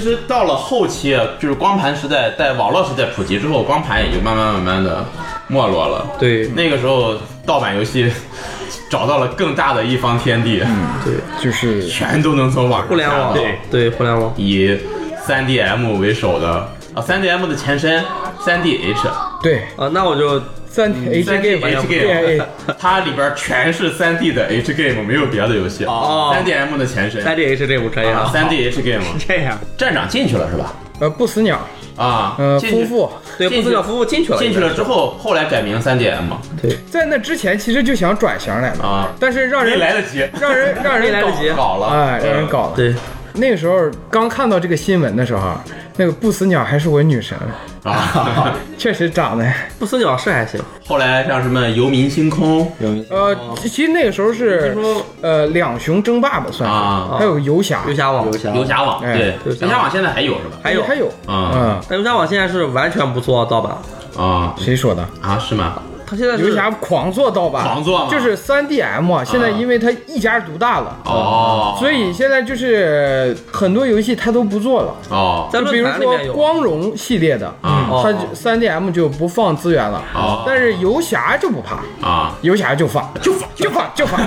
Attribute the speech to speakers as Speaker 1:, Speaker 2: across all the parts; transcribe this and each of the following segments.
Speaker 1: 实到了后期，啊就是光盘时代在网络时代普及之后，光盘也就慢慢慢慢的没落了。
Speaker 2: 对
Speaker 3: 嗯
Speaker 1: 那个时候，盗版游戏 找到了更大的一方天地，
Speaker 2: 对，
Speaker 3: 就是
Speaker 1: 全都能从网上
Speaker 2: 互联网
Speaker 1: 下到
Speaker 2: 对对互联网，
Speaker 1: 以 3DM 为首的啊，3DM 的前身 3DH，
Speaker 3: 对
Speaker 2: 啊，那我就
Speaker 3: 嗯三 H
Speaker 1: 3D
Speaker 3: game
Speaker 1: H game 它里边全是 3D 的 H game，没有别的游戏。
Speaker 2: 哦
Speaker 1: 3DM 的前身
Speaker 2: 三 D H 这不可以
Speaker 1: 啊
Speaker 2: 啊，
Speaker 1: ，3D H game，
Speaker 2: 这样，
Speaker 1: 站长进去了是吧？
Speaker 3: 呃不死鸟，
Speaker 1: 啊，
Speaker 3: 呃
Speaker 1: 进去
Speaker 3: 夫妇。
Speaker 2: 对，不
Speaker 1: 进去
Speaker 2: 死鸟夫妇进去了，
Speaker 1: 进去了之后，后来改名 3DM
Speaker 3: 在那之前其实就想转型来了，
Speaker 1: 啊，
Speaker 3: 但是让
Speaker 1: 没
Speaker 3: 人
Speaker 1: 来得及，
Speaker 3: 让人让
Speaker 2: 没
Speaker 3: 人
Speaker 2: 来得及
Speaker 1: 搞了，
Speaker 3: 哎让人搞了。
Speaker 2: 对，
Speaker 3: 那个时候刚看到这个新闻的时候，那个不死鸟还是我女神，
Speaker 1: 啊。
Speaker 3: 确实长得。
Speaker 2: 不死鸟是还行，
Speaker 1: 后来像什么游民星空
Speaker 3: 呃，其其实那个时候是呃两雄争霸吧，算
Speaker 1: 啊
Speaker 3: 是，还有游侠，
Speaker 2: 游侠网，
Speaker 1: 游侠网，
Speaker 3: 哎
Speaker 1: 对，
Speaker 2: 游
Speaker 1: 游
Speaker 2: 侠
Speaker 1: 侠网现在还有是吧？
Speaker 2: 还有
Speaker 3: 还有，
Speaker 1: 啊
Speaker 3: 嗯，
Speaker 2: 但游侠网现在是完全不做盗版，
Speaker 1: 啊
Speaker 3: 谁说的？
Speaker 1: 啊，是吗？
Speaker 2: 他现在
Speaker 3: 游
Speaker 2: 是
Speaker 3: 侠狂做盗版，
Speaker 1: 狂做嘛
Speaker 3: 就是三 DM 啊，现在因为它一家独大了，
Speaker 1: 哦，
Speaker 3: 所以现在就是很多游戏它都不做了。
Speaker 1: 哦
Speaker 2: 在
Speaker 3: 就比
Speaker 2: 论
Speaker 3: 如
Speaker 2: 坛里面
Speaker 3: 说
Speaker 2: 有，哦
Speaker 3: 光荣系列的，
Speaker 1: 嗯
Speaker 3: 它三 DM 就不放资源了，
Speaker 1: 哦
Speaker 3: 但是游侠就不怕，
Speaker 1: 啊，
Speaker 3: 游侠就放，就放，就 放，就放。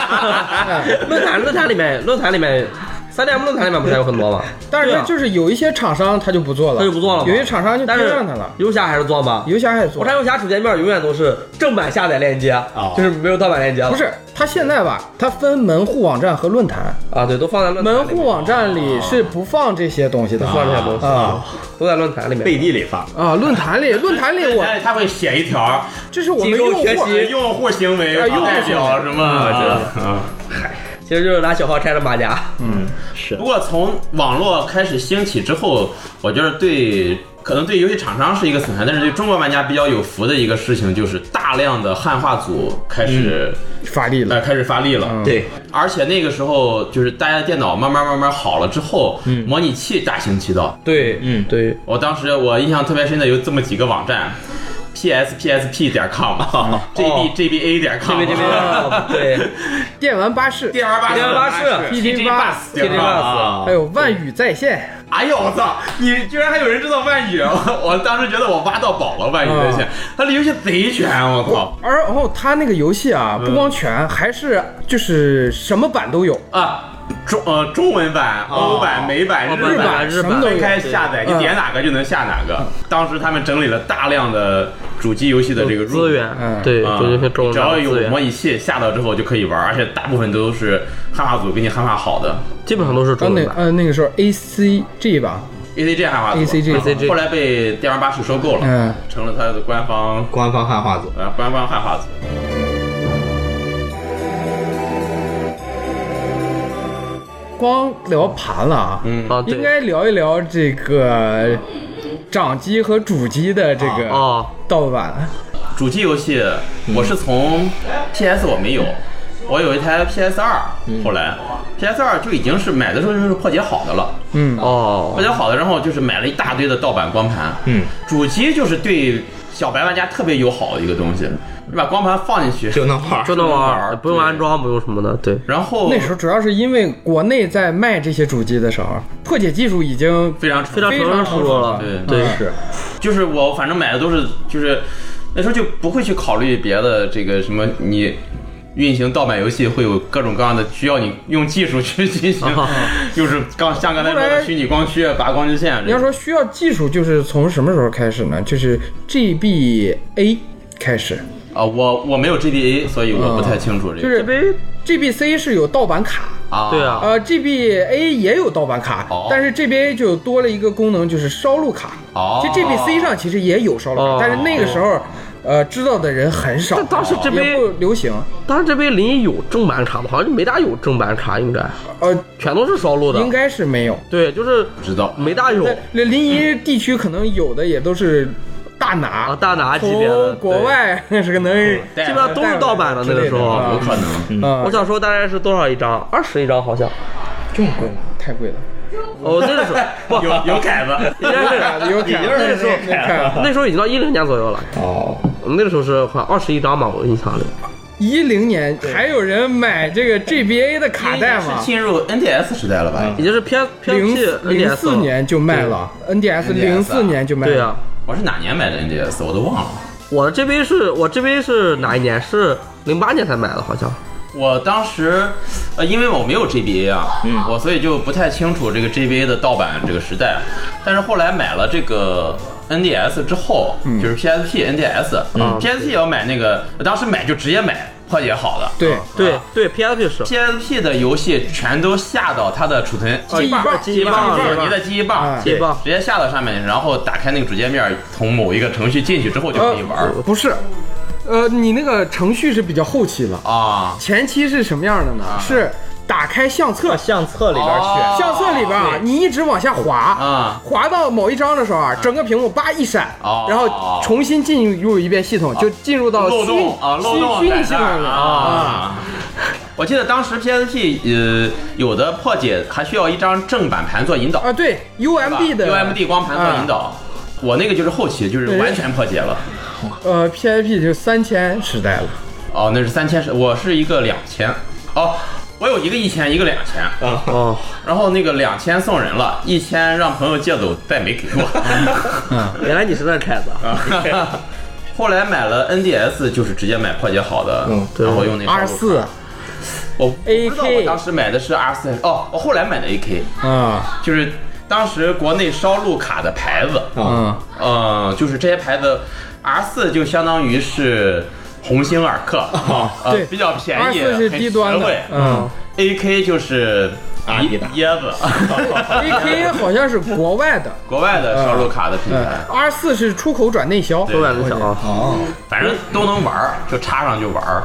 Speaker 3: 哎
Speaker 2: 论坛论坛里面论坛里面，三 D M 论坛里面不是还有很多吗？
Speaker 3: 但是
Speaker 2: 对
Speaker 3: 它
Speaker 2: 啊
Speaker 3: 就是有一些厂商他就不做了，
Speaker 2: 他就不做了嘛
Speaker 3: 有些厂商就不
Speaker 2: 但是
Speaker 3: 让他了。
Speaker 2: 游侠还是做吗？
Speaker 3: 游侠还做哦
Speaker 2: 我，看游侠主界面永远都是正版下载链接，啊就是没有盗版链接了。啊
Speaker 3: 不是他现在吧，他分门户网站和论坛，
Speaker 2: 啊，对，都放在论坛里
Speaker 3: 门
Speaker 2: 面
Speaker 3: 户网站里是不放这些东西的
Speaker 2: 放这些东西，
Speaker 3: 啊
Speaker 2: 都在论坛里面。
Speaker 4: 背地里发，
Speaker 3: 啊，论坛里，论坛里我
Speaker 1: 哎他会写一条
Speaker 3: 这是我们
Speaker 2: 进入
Speaker 3: 用户
Speaker 2: 学习
Speaker 1: 呃用户行为
Speaker 3: 哎用户
Speaker 1: 代表
Speaker 3: 行
Speaker 1: 什么？我觉得，嗯。
Speaker 2: 其实就是拿小号拆了马甲。
Speaker 1: 不过从网络开始兴起之后，我觉得对可能对游戏厂商是一个损害，但是对中国玩家比较有福的一个事情就是大量的汉化组开始、
Speaker 3: 发力了
Speaker 1: 呃开始发力了。
Speaker 3: 嗯
Speaker 4: 对，
Speaker 1: 而且那个时候就是大家电脑慢慢慢慢好了之后，模拟器大行其道。
Speaker 2: 对，
Speaker 4: 嗯
Speaker 2: 对，
Speaker 1: 我当时我印象特别深的有这么几个网站。p s p s p 点 com
Speaker 4: 哦
Speaker 1: j b j b 哦 a 点 com
Speaker 2: 这边这
Speaker 1: 啊
Speaker 2: 边，对，
Speaker 3: 电玩巴士，
Speaker 1: 电玩巴士
Speaker 2: 电玩巴士
Speaker 1: 啊
Speaker 3: PG Bus
Speaker 1: PG
Speaker 2: PG
Speaker 1: Bus
Speaker 4: 啊
Speaker 3: 还，有万语在线，
Speaker 1: 哎呦我操！你居然还有人知道万语，我我当时觉得我挖到宝了，万语
Speaker 2: 嗯
Speaker 1: 在线，它里游戏贼全，我操！
Speaker 3: 而然后他那个游戏啊，不光全，还是就是什么版都有，
Speaker 1: 啊，中呃中文版、欧版、美版、
Speaker 2: 哦
Speaker 1: 日
Speaker 2: 日版日版
Speaker 3: 什么都
Speaker 1: 分
Speaker 3: 有。
Speaker 1: 开下载，你
Speaker 3: 嗯
Speaker 1: 点哪个就能下哪个。当时他们整理了大量的主机游戏的这个
Speaker 2: 资
Speaker 1: ROM
Speaker 2: 源，
Speaker 3: 嗯
Speaker 2: 对，
Speaker 1: 啊
Speaker 2: 这就是中
Speaker 1: 只要
Speaker 2: 文
Speaker 1: 有
Speaker 2: 资源
Speaker 1: 模，拟器下到之后就可以玩，而且大部分都是汉化组给你汉化好的
Speaker 2: 基本上都是
Speaker 3: 然
Speaker 2: 中
Speaker 3: 后那
Speaker 2: 文
Speaker 3: 个
Speaker 2: 版。
Speaker 3: 呃那个时候 A C G 吧，
Speaker 1: ACG 汉化组啊
Speaker 3: ACG
Speaker 2: ACG
Speaker 1: 后来被电玩巴士收购了，
Speaker 3: 嗯，
Speaker 1: 成了它的官方
Speaker 4: 官方汉化组，
Speaker 1: 呃官方汉化组。
Speaker 3: 光聊盘了啊，
Speaker 1: 嗯
Speaker 2: 啊，
Speaker 3: 应
Speaker 2: 对，
Speaker 3: 该聊一聊这个掌机和主机的这个
Speaker 2: 啊，
Speaker 3: 盗版。
Speaker 1: 主机游戏，我是从 PS 我没有，我有一台 PS 二，后来 PS 二就已经是买的时候就是破解好的了，
Speaker 3: 嗯，
Speaker 1: 破
Speaker 2: 哦，
Speaker 1: 解好的，然后就是买了一大堆的盗版光盘。
Speaker 4: 嗯，
Speaker 1: 主机就是对小白玩家特别友好的一个东西，你把光盘放进去，
Speaker 4: 就能玩
Speaker 2: 就
Speaker 4: 儿，
Speaker 2: 能玩
Speaker 1: 玩
Speaker 2: 儿，不用安装，不用什么的，对，
Speaker 1: 然后
Speaker 3: 那时候主要是因为国内在卖这些主机的时候，破解技术已经
Speaker 1: 非常
Speaker 2: 非常
Speaker 3: 非
Speaker 2: 成
Speaker 3: 常
Speaker 2: 熟了，
Speaker 1: 对啊
Speaker 2: 对
Speaker 3: 嗯
Speaker 4: 是
Speaker 1: 就是我反正买的都是就是那时候就不会去考虑别的这个什么你。运行盗版游戏会有各种各样的需要你用技术去进行， 就是刚像刚才说
Speaker 3: 后
Speaker 1: 的
Speaker 3: 来
Speaker 1: 虚拟光驱、拔光驱线。
Speaker 3: 你啊要说需要技术，就是从什么时候开始呢？就是 GBA 开始，
Speaker 1: 啊，我我没有 GBA，所以我不太清楚这个。
Speaker 3: 啊就
Speaker 2: 这
Speaker 3: 是
Speaker 2: 边
Speaker 3: GBC 是有盗版卡，
Speaker 1: 啊，
Speaker 2: 对，啊，
Speaker 3: 呃，GBA 也有盗版卡
Speaker 1: 哦，
Speaker 3: 但是 GBA 就多了一个功能，就是烧录卡。
Speaker 1: 哦
Speaker 3: 其实 GBC 上其实也有烧录
Speaker 2: 哦
Speaker 3: 卡，但是那个时候，呃，知道的人很少，
Speaker 2: 但当时这边
Speaker 3: 也不流行，
Speaker 2: 当然这边临沂有正版卡吗？好像就没大有正版卡，应该
Speaker 3: 呃，
Speaker 2: 全都是烧录的，
Speaker 3: 应该是没有。
Speaker 2: 对，就是
Speaker 1: 不知道。
Speaker 2: 没大有
Speaker 3: 那那临沂地区可能有的也都是大拿
Speaker 2: 啊，大拿级别的，
Speaker 3: 从国
Speaker 2: 对嗯
Speaker 3: 外是可能
Speaker 1: 基
Speaker 2: 基本上都是盗版的那个时候。
Speaker 1: 有可能。
Speaker 3: 啊，
Speaker 2: 我想说大概是多少一张？二十一张好像。
Speaker 3: 这么贵吗？太 贵了。
Speaker 2: 哦，那个时候不，
Speaker 1: 有有凯子，
Speaker 2: 应该是
Speaker 3: 啊有凯
Speaker 4: 你就是
Speaker 3: 那时候
Speaker 4: 那个
Speaker 3: 看
Speaker 2: 那时候已经到一零年左右了。
Speaker 4: 哦，
Speaker 2: 那个时候是好像二十一张吧，我印象里。
Speaker 3: 一零年还有人买这个 GBA 的 卡带嗯吗
Speaker 1: 是？进入 NDS 时代了吧？
Speaker 2: 也就是 PS PS
Speaker 3: 零零四年就卖了，NDS 零四年就卖了。
Speaker 2: 对呀，
Speaker 1: 我是哪年买的 NDS？我都忘了。
Speaker 2: 我这边是我这边是哪一年？是零八年才买的，好像。
Speaker 1: 我当时，呃，因为我没有 GBA 啊，嗯，我所以就不太清楚这个 GBA 的盗版这个时代。但是后来买了这个 NDS 之后，就是 PSP、NDS，嗯，PSP 要买那个，我当时买就直接买破解好的，
Speaker 3: 对，啊
Speaker 2: 对对，PSP 是
Speaker 1: PSP 的游戏全都下到它的储存
Speaker 3: 记忆棒
Speaker 2: 哦记忆
Speaker 1: 哦
Speaker 2: 哦
Speaker 1: 棒，
Speaker 2: 棒
Speaker 1: 索尼的记忆棒，
Speaker 2: 记忆棒
Speaker 1: 直接下到上面，然后打开那个主界面，从某一个程序进去之后就可以玩
Speaker 3: 呃，不是，呃，你那个程序是比较后期了，
Speaker 1: 啊。
Speaker 3: 前期是什么样的呢？是打开相册，
Speaker 2: 相册里
Speaker 1: 边选
Speaker 3: 相册里边啊，你一直往下滑
Speaker 1: 哦啊
Speaker 3: 滑到某一张的时候啊，整个屏幕叭一闪
Speaker 1: 哦，啊
Speaker 3: 然后重新进入一遍系统，就进入哦到虚
Speaker 1: 漏洞啊，漏洞
Speaker 3: 虚虚
Speaker 1: 在
Speaker 3: 拟系
Speaker 1: 那
Speaker 3: 统
Speaker 1: 儿
Speaker 3: 了。
Speaker 1: 啊。我记得当时 PSP 呃有的破解还需要一张正版盘做引导
Speaker 3: 啊，对
Speaker 1: 是吧
Speaker 3: ，UMD 的啊
Speaker 1: UMD 光盘做引导，我那个就是后期就是完全破解了。
Speaker 3: 呃，PIP 就三千时代了。
Speaker 1: 哦，那是三千，我是一个两千。哦，我有一个一千，一个两千，
Speaker 3: 啊
Speaker 2: 哦，
Speaker 1: 然后那个两千送人了，一千让朋友借走，再没给
Speaker 3: 嗯
Speaker 1: 我。
Speaker 2: 原来你是那凯子啊！
Speaker 1: 后来买了 NDS，就是直接买破解好的，
Speaker 2: 对
Speaker 1: 然后用那
Speaker 3: R 嗯四
Speaker 1: 哦我不知道
Speaker 3: AK
Speaker 1: 我当时买的是 R 四哦，我后来买的 AK，
Speaker 3: 啊，
Speaker 1: 就是当时国内烧录卡的牌子，
Speaker 3: 嗯，
Speaker 1: 嗯，就是这些牌子，R 四就相当于是红星尔克，呃
Speaker 3: 哦对
Speaker 1: 比较便宜，
Speaker 3: R4 是
Speaker 1: 很
Speaker 3: 低端的
Speaker 1: 实惠
Speaker 3: 嗯
Speaker 1: ，AK 就是
Speaker 4: 阿迪达
Speaker 1: 椰椰 子，
Speaker 3: ，AK 好像是国外的，
Speaker 1: 国外的烧录卡的品牌
Speaker 3: 嗯，，R 四是出口转内销，
Speaker 1: 对
Speaker 2: 都在那想啊。
Speaker 4: 哦，
Speaker 1: 反正都能玩儿，就插上就玩儿。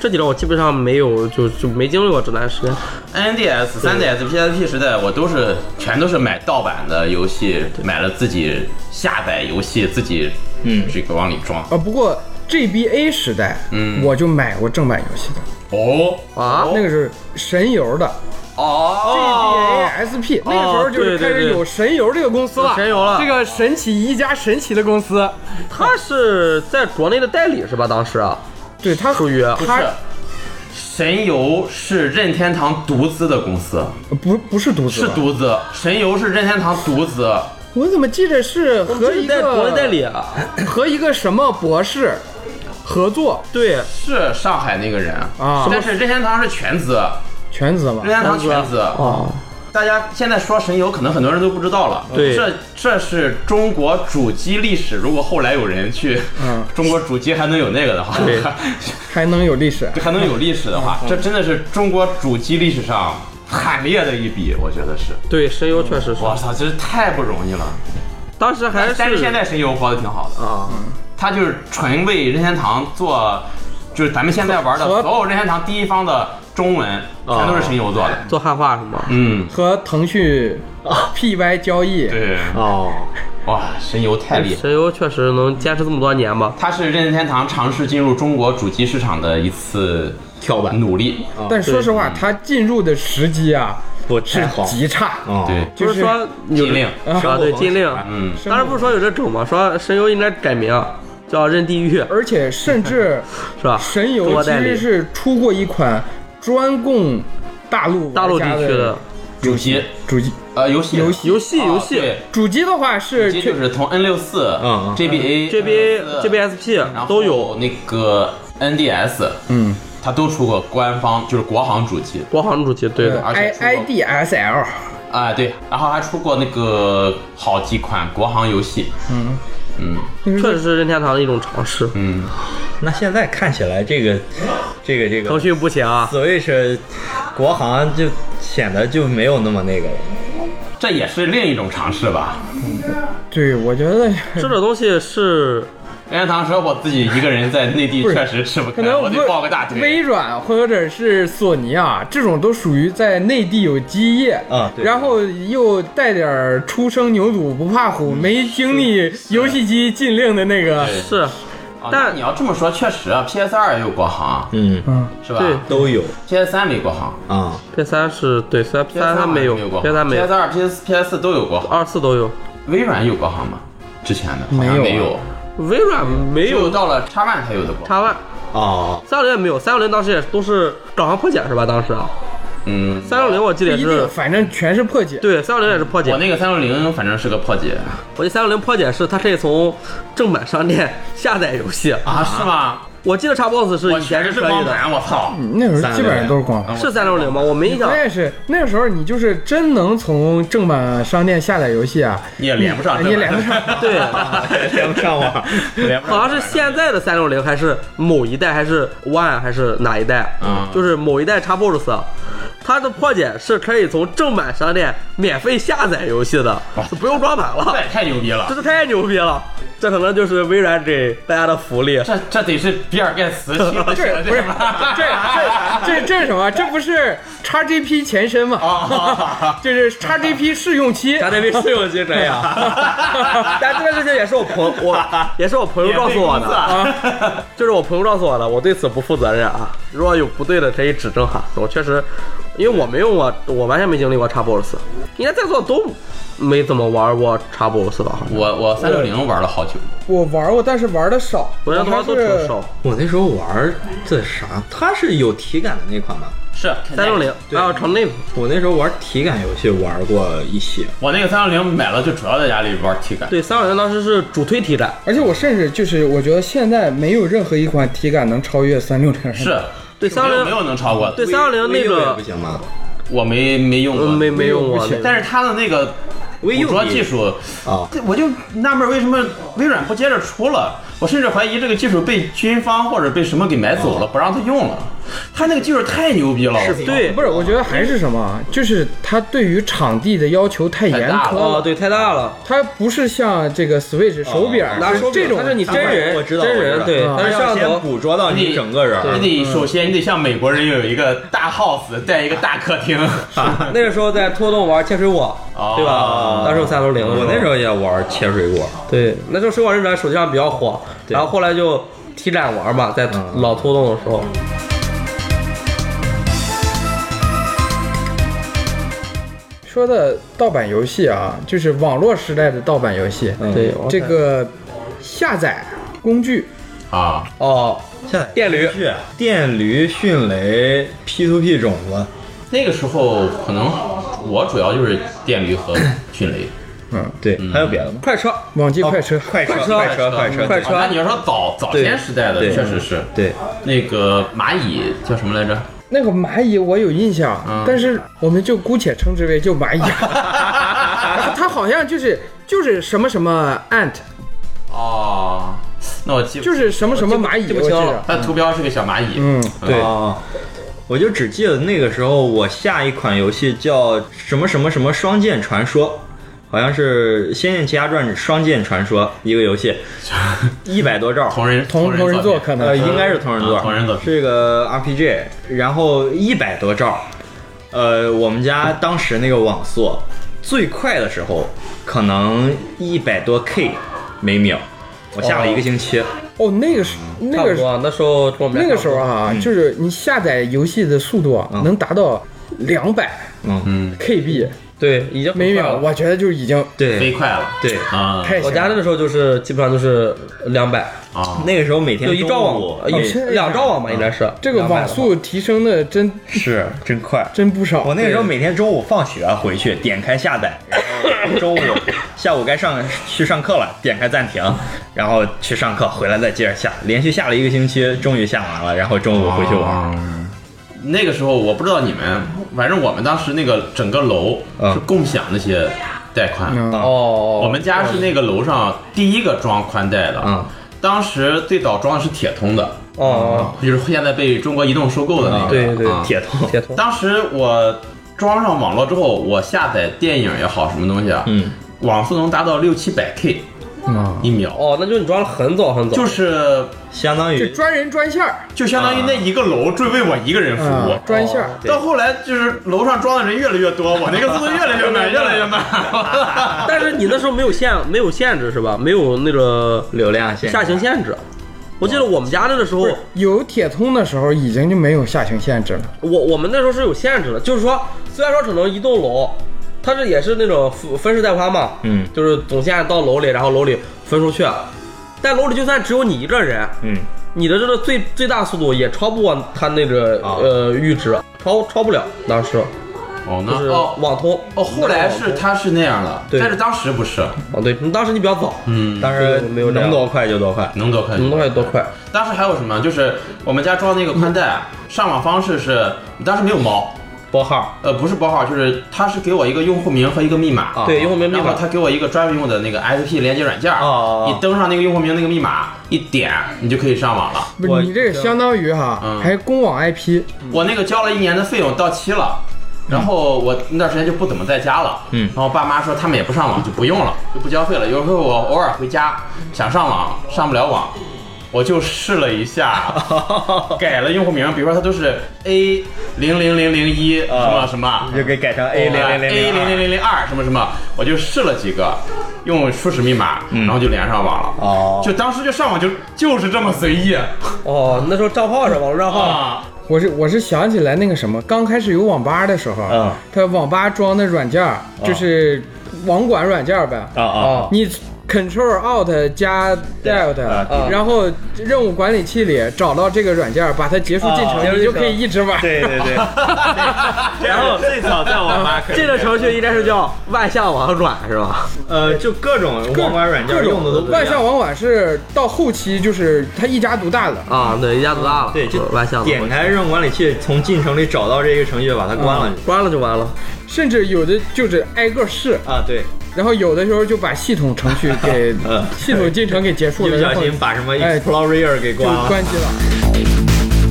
Speaker 2: 这几张我基本上没有，就就没经历过这段时间。
Speaker 1: NDS、3DS、PSP 时代，我都是全都是买盗版的游戏，买了自己下载游戏，自己嗯这个往里装。
Speaker 3: 啊，不过 GBA 时代，
Speaker 1: 嗯
Speaker 3: 我就买过正版游戏的，
Speaker 1: 哦
Speaker 2: 啊
Speaker 1: 哦
Speaker 3: 那个是神游的
Speaker 1: 哦
Speaker 3: GBASP，那个时候就是开
Speaker 2: 对对
Speaker 3: 始
Speaker 2: 对
Speaker 3: 有神游这个公司了，
Speaker 2: 有神游了
Speaker 3: 这个神奇一家神奇的公司，
Speaker 2: 他是在国内的代理是吧？当时啊，
Speaker 3: 对它
Speaker 2: 属于
Speaker 1: 不
Speaker 3: 它
Speaker 1: 是，神游是任天堂独资的公司，
Speaker 3: 不不是独资
Speaker 1: 是
Speaker 3: 吧，
Speaker 1: 独资，神游是任天堂独资。
Speaker 3: 我怎么记着是和
Speaker 2: 这
Speaker 3: 一
Speaker 2: 是在
Speaker 3: 个
Speaker 2: 国内代理啊。
Speaker 3: 和一个什么博士合作
Speaker 2: 对，
Speaker 1: 是上海那个人
Speaker 3: 啊
Speaker 1: 但是任天堂是全资，
Speaker 3: 全资嘛
Speaker 1: 任，
Speaker 2: 啊
Speaker 1: 天堂全资。
Speaker 2: 哦，
Speaker 1: 大家现在说神游，可能很多人都不知道了。
Speaker 2: 对
Speaker 1: 这这是中国主机历史。如果后来有人去，
Speaker 3: 嗯
Speaker 1: 中国主机还能有那个的话，
Speaker 2: 对
Speaker 3: 还能有历史。
Speaker 1: 还能有历史的话，这真的是中国主机历史上惨烈的一笔，我觉得是。
Speaker 2: 对，神游确实是，
Speaker 1: 我操，这是太不容易了。
Speaker 2: 当时还
Speaker 1: 嗯但是现在神游活得挺好的。
Speaker 2: 啊，
Speaker 1: 他就是纯为任天堂做，就是咱们现在玩的
Speaker 3: 和
Speaker 1: 所有任天堂第一方的中文，全都是神游做的。
Speaker 2: 做汉化是吗？
Speaker 1: 嗯，
Speaker 3: 和腾讯
Speaker 2: 啊
Speaker 3: PY 交易，
Speaker 1: 对，
Speaker 2: 哦，
Speaker 1: 哇，神游太厉害。
Speaker 2: 神游确实能坚持这么多年吧？
Speaker 1: 它是任天堂尝试进入中国主机市场的一次
Speaker 4: 跳板
Speaker 1: 努力，
Speaker 3: 但说实话，它进入的时机啊
Speaker 4: 不太好，
Speaker 3: 极差，
Speaker 4: 哦，
Speaker 1: 对，
Speaker 2: 不
Speaker 3: 就是是
Speaker 2: 说有
Speaker 1: 禁令
Speaker 2: 啊，对禁令，
Speaker 1: 嗯，
Speaker 2: 当时不是说有这种吗？说神游应该改名叫任地狱，
Speaker 3: 而且 甚至
Speaker 2: 是吧？
Speaker 3: 神
Speaker 2: 中
Speaker 3: 游
Speaker 2: 国
Speaker 3: 其
Speaker 2: 啊代
Speaker 3: 实
Speaker 2: 理，
Speaker 3: 是出过一款专供大陆
Speaker 2: 大陆地
Speaker 3: 玩家
Speaker 2: 区的
Speaker 1: 主机，
Speaker 3: 主机。
Speaker 1: 呃，游戏，
Speaker 3: 游戏
Speaker 2: 游戏
Speaker 1: 啊
Speaker 2: 游戏
Speaker 1: 对
Speaker 3: 主机的话是
Speaker 1: 这就是从 N 六四、
Speaker 4: 嗯嗯
Speaker 1: GBA、
Speaker 2: ，GBA、
Speaker 1: 然后
Speaker 2: GBSP 都有
Speaker 1: 那个 NDS，
Speaker 3: 嗯，
Speaker 1: 它都出过官方，就是国行主机
Speaker 2: 国行主机，对的。
Speaker 1: 而且
Speaker 3: I
Speaker 1: 出过
Speaker 3: I D S L，
Speaker 1: 啊，对，然后还出过那个好几款国行游戏，
Speaker 2: 确实是任天堂的一种尝试。
Speaker 1: 嗯，
Speaker 4: 那现在看起来这个，这个这
Speaker 2: 腾
Speaker 4: 个
Speaker 2: 讯不行 啊，
Speaker 4: Switch 国行就显得就没有那么那个了。
Speaker 1: 这也是另一种尝试吧。
Speaker 3: 对我觉得
Speaker 2: 这种东西是
Speaker 1: 任天堂说我自己一个人在内地
Speaker 3: 不是
Speaker 1: 确实吃不
Speaker 3: 可
Speaker 1: 开，
Speaker 3: 能
Speaker 1: 哎我得抱个大腿。
Speaker 3: 微软或者是索尼啊，这种都属于在内地有基业
Speaker 4: 啊对
Speaker 3: 然后又带点儿初生牛犊不怕虎，没经历游戏机禁令的那个，
Speaker 1: 对
Speaker 2: 是，
Speaker 1: 啊
Speaker 2: 但
Speaker 1: 那你要这么说，确实啊，PS 二也有国行，啊
Speaker 4: 嗯，
Speaker 3: 嗯，
Speaker 1: 是吧
Speaker 2: 对
Speaker 4: 都有
Speaker 1: ？PS 三没国行
Speaker 4: 啊，
Speaker 2: P 三是对，虽然 P 三它
Speaker 1: 没
Speaker 2: 没有
Speaker 1: 国
Speaker 2: ，P
Speaker 1: 行
Speaker 2: 三没
Speaker 1: ，PS
Speaker 2: 有，啊
Speaker 1: 二、PS PS 四都有国行。
Speaker 2: 二四都有，
Speaker 1: 微软有国行吗？之前的好像
Speaker 3: 没有啊
Speaker 1: 没有，
Speaker 2: 微软没
Speaker 1: 只有
Speaker 2: 有
Speaker 1: 到了 X One 才有的国行。
Speaker 2: 叉万，
Speaker 4: 哦，
Speaker 2: 三六零也没有，三六零当时也都是搞上破解是吧？当时啊，
Speaker 1: 嗯，
Speaker 2: 三六零我记
Speaker 3: 不
Speaker 2: 得也
Speaker 3: 一
Speaker 2: 是
Speaker 3: 定，，反正全是破解。
Speaker 2: 对，三六零也是破解。
Speaker 1: 我那个三六零反正是个破解
Speaker 2: 我这三六零破解是它可以从正版商店 下载游戏，
Speaker 1: 啊，是吗？
Speaker 2: 我记得查 boss 是
Speaker 1: 我
Speaker 2: 以前
Speaker 1: 全是
Speaker 2: 可以
Speaker 1: 光
Speaker 2: 的，
Speaker 1: 盘，我啊操！
Speaker 3: 那会儿基本上都是光盘。
Speaker 2: 是三六零吗？我没印象
Speaker 3: 我。也是，那时候你就是真能从正版商店下载游戏啊，
Speaker 1: 你也连不上，
Speaker 3: 你也连不上。
Speaker 2: 对，
Speaker 4: 连不上网， 连不上
Speaker 2: 好像是现在的三六零还是某一代还是 One 还是哪一代？
Speaker 1: 嗯
Speaker 2: 就是某一代叉 boss，它的破解是可以从正版商店免费下载游戏的，
Speaker 1: 哦
Speaker 2: 就不用装盘
Speaker 1: 这
Speaker 2: 了，
Speaker 1: 也太牛逼了
Speaker 2: 真！是太牛逼了！这可能就是微软给大家的福利。
Speaker 1: 这这得是比尔盖茨去 了，
Speaker 3: 这不是这 这这这是什么？这不是 XGP 前身 吗？这是 XGP 试用期。
Speaker 2: 咱这位室友就这样， 但这个事情也是我朋我也是我朋友告诉 我的，
Speaker 3: 啊
Speaker 2: 啊
Speaker 1: 的。
Speaker 2: 就是我朋友告诉我的，我对此不负责任啊！如果有不对的可以指正哈。我确实，因为我没用过，我完全没经历过叉 boss，应该在座都没怎么玩过叉 boss 吧？好像
Speaker 1: 我我三六零玩了好久，
Speaker 3: 我玩过，但是玩的少，
Speaker 2: 我觉得他
Speaker 3: 还
Speaker 2: 妈都挺
Speaker 3: 是
Speaker 2: 少。
Speaker 4: 我那时候玩儿这啥，它是有体感的那款吧？
Speaker 1: 是
Speaker 2: 三六零，还有成内部
Speaker 4: 我那时候玩体感游戏玩过一些，
Speaker 1: 我那个三六零买了，就主要在家里玩体感。
Speaker 2: 对三六零当时是主推体感，
Speaker 3: 而且我甚至就是，我觉得现在没有任何一款体感能超越三六零。
Speaker 1: 是，没
Speaker 2: 对三
Speaker 1: 有
Speaker 2: 六
Speaker 1: 没
Speaker 2: 零，
Speaker 1: 有能超过的，
Speaker 2: 对三六零那
Speaker 4: V6 也不
Speaker 2: 个，
Speaker 4: 行吗？
Speaker 1: 我没没用过，
Speaker 2: 嗯，没没用过
Speaker 3: 不行
Speaker 2: 那
Speaker 1: 但是它的那个
Speaker 4: 微
Speaker 1: 捕
Speaker 4: 用
Speaker 1: 捉技术，
Speaker 4: 啊，
Speaker 1: 这我就纳闷为什么微软不接着出了。我甚至怀疑这个技术被军方或者被什么给买走了，不让他用了。他那个技术太牛逼了，
Speaker 2: 个对
Speaker 3: 不是，我觉得还是什么，就是它对于场地的要求太严
Speaker 1: 太大
Speaker 3: 苛
Speaker 1: 了
Speaker 2: 哦
Speaker 3: 了。
Speaker 2: 对太大了，
Speaker 3: 它不是像这个 Switch 手柄，
Speaker 4: 拿
Speaker 3: 就是
Speaker 4: 手柄
Speaker 3: 这种
Speaker 2: 它是你真人
Speaker 4: 我知道，
Speaker 2: 真
Speaker 4: 我知道
Speaker 2: 人对
Speaker 4: 嗯
Speaker 2: 它是
Speaker 4: 要
Speaker 2: 摄像头
Speaker 4: 先捕捉到你整个人
Speaker 1: 你
Speaker 4: 儿，
Speaker 1: 得
Speaker 2: 嗯
Speaker 1: 首先你得像美国人有一个大 house，带一个大客厅，
Speaker 2: 啊 那个时候在拖动玩切水果，
Speaker 1: 哦
Speaker 2: 对吧？当时有三六零，
Speaker 4: 我那时候也玩切水果，
Speaker 2: 对，那时候水果忍者手机上比较火，然后后来就体展玩嘛，在
Speaker 4: 嗯
Speaker 2: 老拖动的时候。
Speaker 3: 说的盗版游戏啊，就是网络时代的盗版游戏，
Speaker 4: 嗯
Speaker 2: 对，
Speaker 3: 这个下载工具
Speaker 1: 啊，
Speaker 2: 哦，
Speaker 4: 现在
Speaker 2: 电驴
Speaker 4: 去啊电驴、迅雷、P to P 种子，
Speaker 1: 那个时候可能我主要就是电驴和 迅雷。
Speaker 4: 对，还有别的吗？
Speaker 2: 快车，
Speaker 3: 网际
Speaker 4: 哦
Speaker 3: 快车，
Speaker 4: 快车、
Speaker 2: 快车
Speaker 4: 快车、快车、
Speaker 2: 快车
Speaker 1: 啊那你要说早早
Speaker 4: 对
Speaker 1: 先时代的，
Speaker 4: 对
Speaker 1: 确实是
Speaker 4: 对，
Speaker 1: 那个蚂蚁叫什么来着？
Speaker 3: 那个蚂蚁我有印象，
Speaker 1: 嗯
Speaker 3: 但是我们就姑且称之为就蚂 蚁，它好像就是就是什么什么 ant，
Speaker 1: 哦，那我记不
Speaker 3: 就是什么什么蚂蚁，
Speaker 2: 记不
Speaker 3: 我
Speaker 2: 记
Speaker 3: 记
Speaker 2: 不清
Speaker 3: 得
Speaker 2: 了，
Speaker 1: 它图标是个小蚂蚁。啊
Speaker 3: 嗯，
Speaker 4: 对。我就只记得那个时候，我下一款游戏叫什么什么什么《双剑传说》，好像是《仙剑奇侠传》《双剑传说》一个游戏，一百多兆，
Speaker 1: 同人
Speaker 3: 同同人作
Speaker 1: 片
Speaker 3: 可
Speaker 4: 呃，
Speaker 3: 能
Speaker 4: 应该是同人座，
Speaker 1: 啊同人座
Speaker 4: 是个 RPG，然后一百多兆，呃，我们家当时那个网速最快的时候可能一百多 K 每秒，我下了一个星期，
Speaker 3: 哦，那个是那
Speaker 2: 嗯差
Speaker 3: 个
Speaker 2: 不
Speaker 3: 是
Speaker 2: 多啊那时候跟我们
Speaker 3: 那个时候啊，
Speaker 2: 嗯
Speaker 3: 就是你下载游戏的速度啊
Speaker 4: 嗯
Speaker 3: 能达到两百
Speaker 4: 嗯，
Speaker 1: 嗯，
Speaker 3: KB
Speaker 2: 对已经很
Speaker 3: 每
Speaker 2: 快
Speaker 3: 秒，
Speaker 2: 了嗯
Speaker 3: 我觉得就已经
Speaker 1: 飞
Speaker 4: 对
Speaker 1: 快了
Speaker 4: 对，
Speaker 1: 啊
Speaker 3: 太
Speaker 2: 我
Speaker 3: 强
Speaker 2: 家
Speaker 3: 了
Speaker 2: 那个时候就是基本上就是两百，
Speaker 1: 啊！
Speaker 4: 那个时候每天
Speaker 2: 就一兆
Speaker 4: 中
Speaker 2: 网
Speaker 4: 午，
Speaker 2: 呃
Speaker 3: 哦
Speaker 2: 一
Speaker 3: 这样
Speaker 2: 两兆网吧应该是
Speaker 3: 这个
Speaker 2: 200
Speaker 3: 网速提升的真
Speaker 4: 是真快，
Speaker 3: 真不少。
Speaker 4: 我那个时候每天中午放学回去，点开下载，然后中午 下午该上去上课了，点开暂停，然后去上课，回来再接着下，连续下了一个星期，终于下完了，然后中午回去
Speaker 1: 哦
Speaker 4: 玩。
Speaker 1: 那个时候我不知道你们，反正我们当时那个整个楼
Speaker 4: 嗯
Speaker 1: 是共享那些带宽。
Speaker 4: 啊
Speaker 3: 嗯
Speaker 2: 哦，
Speaker 1: 我们家是那个楼上第一个装宽带的，
Speaker 4: 嗯，
Speaker 1: 当时最早装的是铁通的，
Speaker 3: 啊
Speaker 2: 哦
Speaker 1: 就是现在被中国移动收购的那个。
Speaker 2: 嗯对对
Speaker 1: 啊
Speaker 4: 铁 通，
Speaker 2: 铁通
Speaker 1: 当时我装上网络之后，我下载电影也好，什么东西啊，
Speaker 4: 嗯，
Speaker 1: 网速能达到六七百 K
Speaker 3: 嗯，
Speaker 1: 一秒，
Speaker 2: 哦，那就你装了很早很早，
Speaker 1: 就是
Speaker 4: 相当
Speaker 3: 就
Speaker 4: 于
Speaker 3: 专人专线儿，
Speaker 1: 就相当于那一个楼专为我一个人服务。
Speaker 2: 啊
Speaker 3: 嗯，专线
Speaker 2: 哦
Speaker 3: 儿。
Speaker 4: 对
Speaker 1: 到后来就是楼上装的人越来越 多，我那个速度越来越慢，越来越慢。
Speaker 2: 但是你那时候没有限没有限制是吧？没有那个
Speaker 4: 流量线
Speaker 2: 下行限制。我记得我们家那个时候，
Speaker 3: 有铁通的时候，已经就没有下行限制了。
Speaker 2: 我我们那时候是有限制的，就是说，虽然说可能一栋楼，它是也是那种分分时带宽嘛，
Speaker 4: 嗯
Speaker 2: 就是总线到楼里，然后楼里分出去，但楼里就算只有你一个人，
Speaker 4: 嗯，
Speaker 2: 你的这个最最大速度也超不过它那个、
Speaker 4: 啊
Speaker 2: 呃阈值，超超不了，当时
Speaker 1: 哦，那
Speaker 2: 就是
Speaker 1: 哦
Speaker 2: 网通
Speaker 1: 哦，后来是它是那样的，
Speaker 2: 对
Speaker 1: 但是当时不是，
Speaker 2: 哦，对，当时你比较早，嗯
Speaker 1: 嗯，
Speaker 4: 当时
Speaker 2: 没有这样
Speaker 4: 能多快就多快。
Speaker 1: 能多快就
Speaker 2: 能多快多快，
Speaker 1: 当时还有什么？就是我们家装那个宽带，上网方式是，当时没有猫，
Speaker 4: 拨号
Speaker 1: 呃，不是拨号，就是他是给我一个用户名和一个密码，
Speaker 4: 啊
Speaker 2: 对，用户名密
Speaker 1: 然后
Speaker 2: 码，
Speaker 1: 他给我一个专门用的那个 APP 连接软件，
Speaker 4: 哦
Speaker 1: 你登上那个用户名那个密码，一点你就可以上网了。
Speaker 3: 不
Speaker 4: 我
Speaker 3: 是你这个相当于哈
Speaker 1: 嗯，
Speaker 3: 还公网 IP，
Speaker 2: 嗯
Speaker 1: 我那个交了一年的费用到期了。然后我那段时间就不怎么在家了，
Speaker 4: 嗯
Speaker 1: 然后爸妈说他们也不上网，就不用了，就不交费了。有时候我偶尔回家想上网，上不了网，我就试了一 下，改了用户名，比如说他都是 A 零零零零一什么什
Speaker 2: 啊
Speaker 1: 么，
Speaker 4: 就给改成哦 A 哎零零零
Speaker 1: A 哦哎零零零零二什么什么，我就试了几个，用初始密码，
Speaker 4: 嗯
Speaker 1: 然后就连上网了。
Speaker 4: 哦
Speaker 1: 就当时就上网就就是这么随意
Speaker 2: 哦，那时候账号是吧网络账号，
Speaker 1: 啊，
Speaker 3: 我是我是想起来那个什么，刚开始有网吧的时候，啊
Speaker 4: 嗯
Speaker 3: 他网吧装的软件儿就是网管软件儿呗，
Speaker 4: 啊啊
Speaker 3: 你 Control Alt 加
Speaker 4: 对
Speaker 3: Delt，
Speaker 4: 啊
Speaker 3: 然后任务管理器里找到这个软件儿，把它结束进
Speaker 4: 啊
Speaker 3: 程，
Speaker 4: 结
Speaker 2: 束
Speaker 3: 你
Speaker 2: 进程
Speaker 3: 就可以一直玩。
Speaker 4: 对 对对，然后最早在网吧可以
Speaker 2: 这个程序应该是叫万象网软是吧？
Speaker 4: 呃，就各种
Speaker 3: 各
Speaker 4: 网吧软件
Speaker 3: 各种
Speaker 4: 用的都不一样
Speaker 3: 万象网管是到后期就是它一家独大了。
Speaker 2: 啊，对，一家独大了，
Speaker 4: 对，就
Speaker 2: 万象网
Speaker 4: 点开任务管理器，从进程里找到这个程序，把它关了
Speaker 1: 嗯
Speaker 4: 就。
Speaker 2: 关了就完了。
Speaker 3: 甚至有的就是挨个试，
Speaker 4: 啊，对，
Speaker 3: 然后有的时候就把系统程序给
Speaker 4: 嗯
Speaker 3: 系统进程给结束
Speaker 4: 一
Speaker 3: 了，
Speaker 4: 不小
Speaker 3: 然后就
Speaker 4: 心把什么
Speaker 3: 哎
Speaker 4: Explorer 给关了。
Speaker 3: 关机了。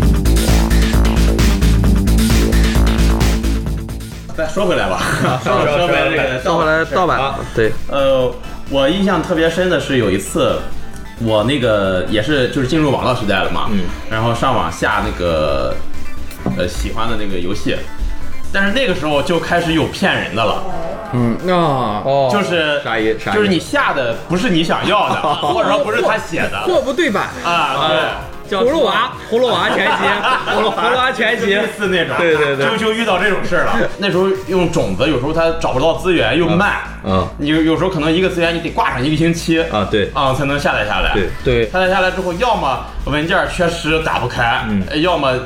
Speaker 1: 再说回来吧，
Speaker 4: 啊说回来
Speaker 1: 说回来这个
Speaker 2: 到后来盗版
Speaker 4: 啊，
Speaker 2: 对，
Speaker 1: 呃，我印象特别深的是有一次，我那个也是就是进入网络时代了嘛，
Speaker 4: 嗯，
Speaker 1: 然后上网下那个呃喜欢的那个游戏，但是那个时候就开始有骗人的了，
Speaker 3: 嗯，那
Speaker 2: 哦
Speaker 1: 就是
Speaker 4: 啥意啥意思
Speaker 1: 就是你下的不是你想 要的，或者说不是他写的
Speaker 3: 货不对版，
Speaker 1: 啊，对。
Speaker 2: 叫
Speaker 3: 葫芦娃，
Speaker 2: 葫芦
Speaker 3: 啊
Speaker 2: 娃全集，
Speaker 1: 葫芦葫芦
Speaker 2: 娃全
Speaker 1: 类似那种，
Speaker 4: 对对对
Speaker 1: 就就遇到这种事儿了。那时候用种子，有时候它找不到资源又慢，
Speaker 4: 嗯
Speaker 1: 你有有时候可能一个资源你得挂上一个星期
Speaker 4: 啊，对
Speaker 1: 啊才能下载下来。
Speaker 4: 对，
Speaker 2: 对，
Speaker 1: 下载下来之后，要么文件缺失打不开，
Speaker 4: 嗯
Speaker 1: 要么。